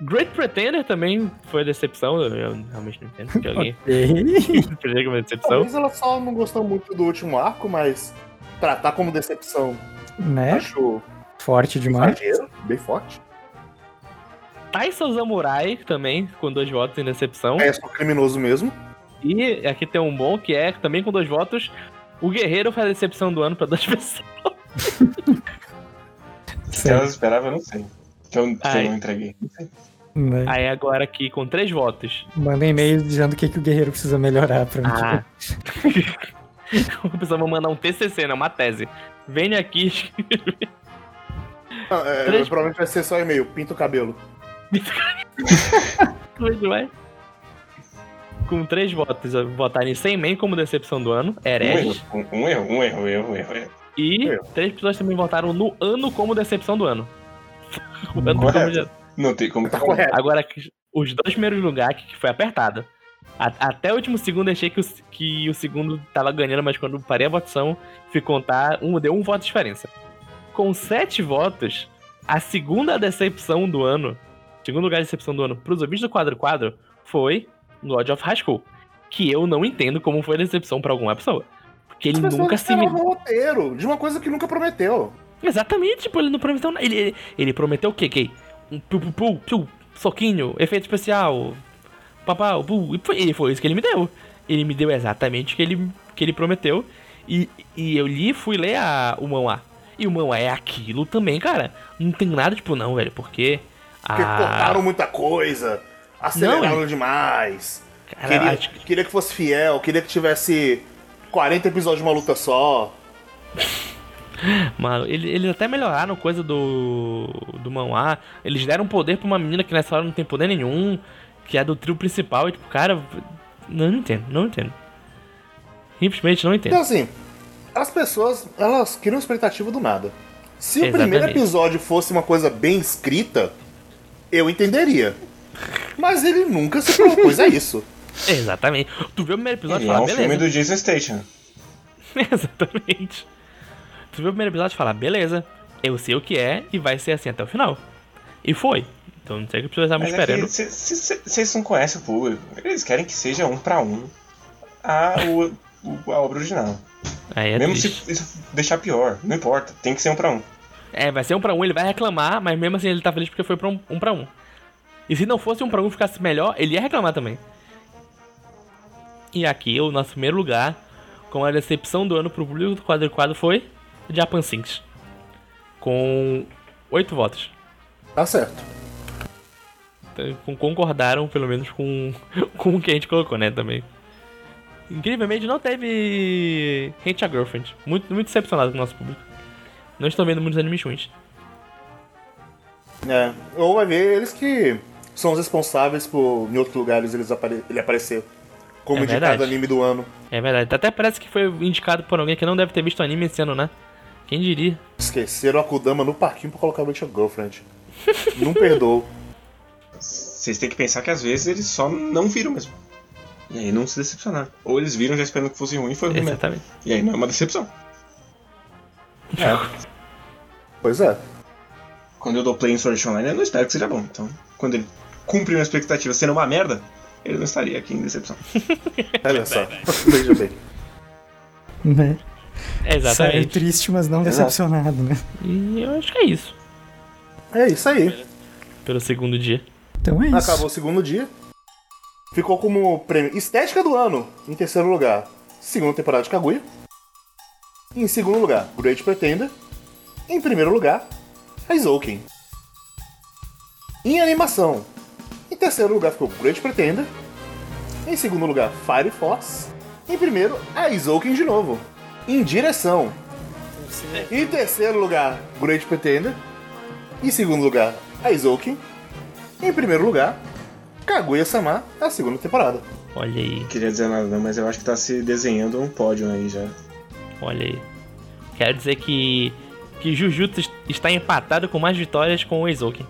[SPEAKER 3] Great Pretender também foi decepção, eu, eu realmente não entendo porque alguém
[SPEAKER 4] Ok.
[SPEAKER 3] pretende que é uma decepção.
[SPEAKER 1] Talvez ela só não gostou muito do último arco, mas tratar como decepção
[SPEAKER 4] né?
[SPEAKER 1] acho
[SPEAKER 4] Forte demais.
[SPEAKER 1] exagero, bem forte.
[SPEAKER 3] Tyson Samurai também, com dois votos em decepção.
[SPEAKER 1] É só criminoso mesmo.
[SPEAKER 3] E aqui tem um bom que é também com dois votos. O Guerreiro faz a decepção do ano pra duas *laughs* pessoas.
[SPEAKER 2] Se elas esperavam, eu não sei. Que eu, que eu
[SPEAKER 3] Ai.
[SPEAKER 2] não entreguei.
[SPEAKER 4] Né?
[SPEAKER 3] Aí agora aqui com três votos.
[SPEAKER 4] Manda um e-mail dizendo o que, que o guerreiro precisa melhorar pra mim.
[SPEAKER 3] *laughs* Ah. Precisamos mandar um TCC, né? Uma tese. Venha aqui. *laughs*
[SPEAKER 1] Ah, é,
[SPEAKER 3] Três-
[SPEAKER 1] provavelmente vai ser só e-mail, pinta o cabelo. Tá
[SPEAKER 3] vai. Com três votos, votarem sem man como decepção do ano,
[SPEAKER 2] Um erro,
[SPEAKER 3] herege.
[SPEAKER 2] um, um erro, um erro, um erro, um erro, um erro.
[SPEAKER 3] E
[SPEAKER 1] Erro.
[SPEAKER 3] três pessoas também votaram no ano como decepção do ano. *laughs* O ano como
[SPEAKER 2] Correto.
[SPEAKER 3] de-
[SPEAKER 2] Não tem como.
[SPEAKER 3] Então,
[SPEAKER 1] Tá correto.
[SPEAKER 3] Agora, os dois primeiros lugares que foi apertado. A- até o último segundo achei que o, que o segundo tava ganhando, mas quando parei a votação, fui contar, um, deu um voto de diferença. Com sete votos, a segunda decepção do ano, segundo lugar de decepção do ano pros ouvintes do quadro quadro foi God of High School. Que eu não entendo como foi decepção pra alguma pessoa. Porque ele
[SPEAKER 1] As pessoas
[SPEAKER 3] nunca se me
[SPEAKER 1] esperavam o roteiro de uma coisa que nunca prometeu.
[SPEAKER 3] Exatamente, tipo, ele não prometeu nada. Ele, ele, ele prometeu o quê, Kay? Um piu, piu, piu, piu, soquinho, efeito especial, papau, pu, e foi, e foi isso que ele me deu. Ele me deu exatamente o que ele, que ele prometeu. E, e eu li e fui ler a, o Mão A. E o Mão A é aquilo também, cara. Não tem nada, tipo, não, velho, porque...
[SPEAKER 1] Porque
[SPEAKER 3] A,
[SPEAKER 1] cortaram muita coisa, aceleraram demais.
[SPEAKER 3] cara,
[SPEAKER 1] queria,
[SPEAKER 3] acho que-
[SPEAKER 1] queria que fosse fiel, queria que tivesse 40 episódios de uma luta só.
[SPEAKER 3] mano, ele- eles até melhoraram coisa do, do Mão A. Eles deram poder pra uma menina que nessa hora não tem poder nenhum, que é do trio principal. E, tipo, cara, não, não entendo, não entendo. Simplesmente não entendo.
[SPEAKER 1] Então, assim, as pessoas, elas criam expectativa do nada. Se o
[SPEAKER 3] Exatamente.
[SPEAKER 1] primeiro episódio fosse uma coisa bem escrita, eu entenderia. Mas ele nunca se propôs a isso.
[SPEAKER 3] Exatamente. Tu vê o primeiro episódio e
[SPEAKER 2] Ele
[SPEAKER 3] fala,
[SPEAKER 2] é um filme
[SPEAKER 3] tá, beleza.
[SPEAKER 2] do Jason Station.
[SPEAKER 3] *laughs* Exatamente. Tu vê o primeiro episódio e fala, beleza, eu sei o que é e vai ser assim até o final. E foi. Então não sei o que as pessoas estavam
[SPEAKER 2] Mas é que
[SPEAKER 3] esperando.
[SPEAKER 2] cê- cê- cê- vocês não conhecem o público. Eles querem que seja um pra um a, o- o- a obra original.
[SPEAKER 3] Aí é
[SPEAKER 2] mesmo
[SPEAKER 3] triste.
[SPEAKER 2] se isso deixar pior, não importa. Tem que ser um pra um.
[SPEAKER 3] É, vai ser um pra um, ele vai reclamar, mas mesmo assim ele tá feliz porque foi pra um, um pra um. E se não fosse um pra um e ficasse melhor, ele ia reclamar também. E aqui, o nosso primeiro lugar, com a decepção do ano pro público do quadro quadro foi Japan Sinks. Com oito votos.
[SPEAKER 1] Tá certo.
[SPEAKER 3] Então, con- Concordaram, pelo menos, com, *laughs* com o que a gente colocou, né, também. Incrivelmente, não teve Hate a Girlfriend. Muito, muito decepcionado com o nosso público. Não estou vendo muitos animes ruins.
[SPEAKER 1] É. Ou vai ver eles que são os responsáveis por, em outros lugares, eles apare- ele aparecer como
[SPEAKER 3] É
[SPEAKER 1] indicado
[SPEAKER 3] verdade.
[SPEAKER 1] anime do ano.
[SPEAKER 3] É verdade. Até parece que foi indicado por alguém que não deve ter visto anime esse ano, né? Quem diria?
[SPEAKER 1] Esqueceram a Kudama no parquinho pra colocar o Rachel Girlfriend. não *laughs* perdoou.
[SPEAKER 2] Vocês têm que pensar que às vezes eles só não viram mesmo. E aí não se decepcionaram. Ou eles viram já esperando que fosse ruim e foi ruim mesmo.
[SPEAKER 3] Exatamente.
[SPEAKER 2] E aí não é uma decepção. É,
[SPEAKER 1] Pois é.
[SPEAKER 2] quando eu dou play em Sword Art Online, eu não espero que seja bom. Então, quando ele cumpre minha expectativa sendo uma merda, ele não estaria aqui em decepção.
[SPEAKER 1] Olha só. *laughs* Veja bem.
[SPEAKER 4] *laughs* Né? Saiu
[SPEAKER 3] Exatamente.
[SPEAKER 4] triste, mas não
[SPEAKER 1] Exato.
[SPEAKER 4] decepcionado, né?
[SPEAKER 3] E eu acho que é isso.
[SPEAKER 1] É isso aí.
[SPEAKER 3] Pelo segundo dia.
[SPEAKER 4] Então é isso.
[SPEAKER 1] Acabou o segundo dia. Ficou como prêmio Estética do Ano, em terceiro lugar. Segunda temporada de Kaguya. Em segundo lugar, Great Pretender. Em primeiro lugar, Heizouken. Em animação, em terceiro lugar ficou Great Pretender. Em segundo lugar, Fire Force. Em primeiro, Heizouken de novo. Em direção. Em terceiro lugar, Great Pretender. Em segundo lugar, Heizouken. Em primeiro lugar, Kaguya-sama, a segunda temporada.
[SPEAKER 3] Olha aí,
[SPEAKER 2] Não queria dizer nada, não, mas eu acho que tá se desenhando um pódio aí já.
[SPEAKER 3] olha aí. Quero dizer que. Que Jujutsu est- está empatado com mais vitórias com o Eizouken.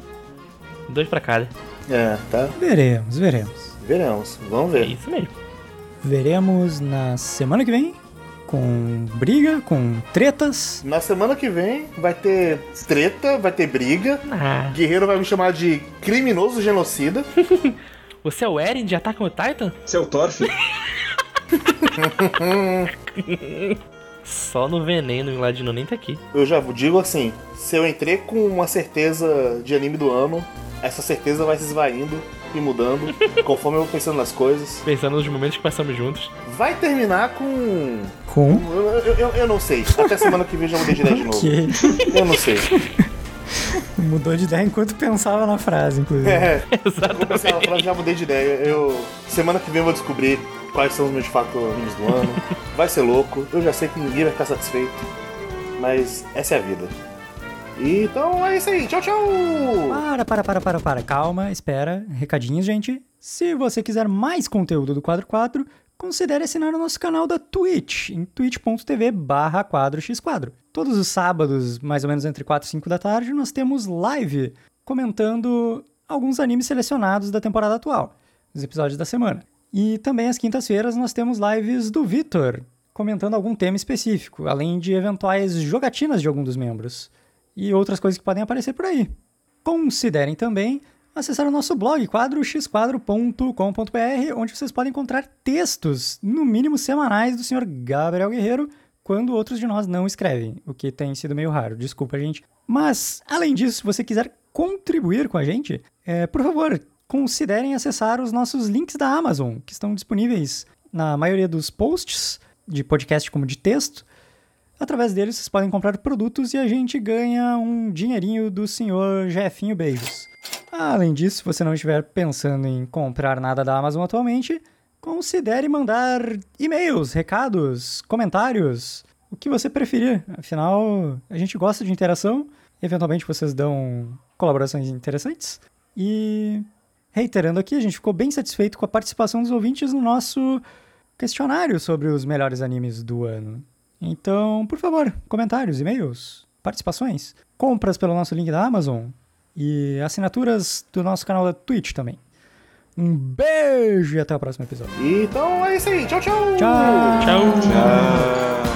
[SPEAKER 3] Dois pra cada.
[SPEAKER 1] É, tá?
[SPEAKER 4] Veremos, veremos.
[SPEAKER 1] Veremos. Vamos
[SPEAKER 3] É
[SPEAKER 1] ver.
[SPEAKER 3] isso mesmo.
[SPEAKER 4] Veremos na semana que vem com briga, com tretas.
[SPEAKER 1] Na semana que vem vai ter treta, vai ter briga.
[SPEAKER 3] Ah,
[SPEAKER 1] Guerreiro vai me chamar de criminoso genocida.
[SPEAKER 3] você é o Eren de Attack on Titan?
[SPEAKER 2] Seu Torf,
[SPEAKER 3] Só no veneno, o Ladino nem tá aqui.
[SPEAKER 1] Eu já digo assim: se eu entrei com uma certeza de anime do ano, essa certeza vai se esvaindo e *laughs* mudando conforme eu vou pensando nas coisas.
[SPEAKER 3] Pensando nos momentos que passamos juntos. *laughs*
[SPEAKER 1] Vai terminar com.
[SPEAKER 4] Com
[SPEAKER 1] Eu, eu, eu- eu não sei. Até semana que vem eu já vou decidir de novo.
[SPEAKER 4] *laughs* que
[SPEAKER 1] Eu não sei.
[SPEAKER 4] mudou de ideia enquanto pensava na frase, inclusive.
[SPEAKER 1] É.
[SPEAKER 3] Exato.
[SPEAKER 1] Vou pensar, eu já mudei de ideia. Eu, semana que vem eu vou descobrir quais são os meus fatos animes do ano. Vai ser louco. Eu já sei que ninguém vai ficar satisfeito. Mas essa é a vida. E, então é isso aí. Tchau, tchau!
[SPEAKER 4] Para, para, para, para, para. Calma, espera. Recadinhos, gente. Se você quiser mais conteúdo do Quadro 4, considere assinar o nosso canal da Twitch, em twitch.tv barra quadro x quadro. Todos os sábados, mais ou menos entre 4 e 5 da tarde, nós temos live comentando alguns animes selecionados da temporada atual, os episódios da semana. E também às quintas-feiras nós temos lives do Vitor, comentando algum tema específico, além de eventuais jogatinas de algum dos membros. E outras coisas que podem aparecer por aí. Considerem também acessar o nosso blog quadroxquadro.com.br, onde vocês podem encontrar textos, no mínimo semanais, do senhor Gabriel Guerreiro, quando outros de nós não escrevem, o que tem sido meio raro, desculpa, gente. Mas, além disso, se você quiser contribuir com a gente, eh, por favor, considerem acessar os nossos links da Amazon, que estão disponíveis na maioria dos posts, de podcast como de texto, Através deles, vocês podem comprar produtos e a gente ganha um dinheirinho do senhor Jefinho Beijos. Além disso, se você não estiver pensando em comprar nada da Amazon atualmente, considere mandar e-mails, recados, comentários, o que você preferir. Afinal, a gente gosta de interação, eventualmente vocês dão colaborações interessantes. E reiterando aqui, a gente ficou bem satisfeito com a participação dos ouvintes no nosso questionário sobre os melhores animes do ano. Então, por favor, comentários, e-mails, participações, compras pelo nosso link da Amazon e assinaturas do nosso canal da Twitch também. Um beijo e até o próximo episódio.
[SPEAKER 1] E, então é isso aí. Tchau, tchau!
[SPEAKER 2] Ah.
[SPEAKER 4] Tchau!
[SPEAKER 3] Tchau.
[SPEAKER 2] já.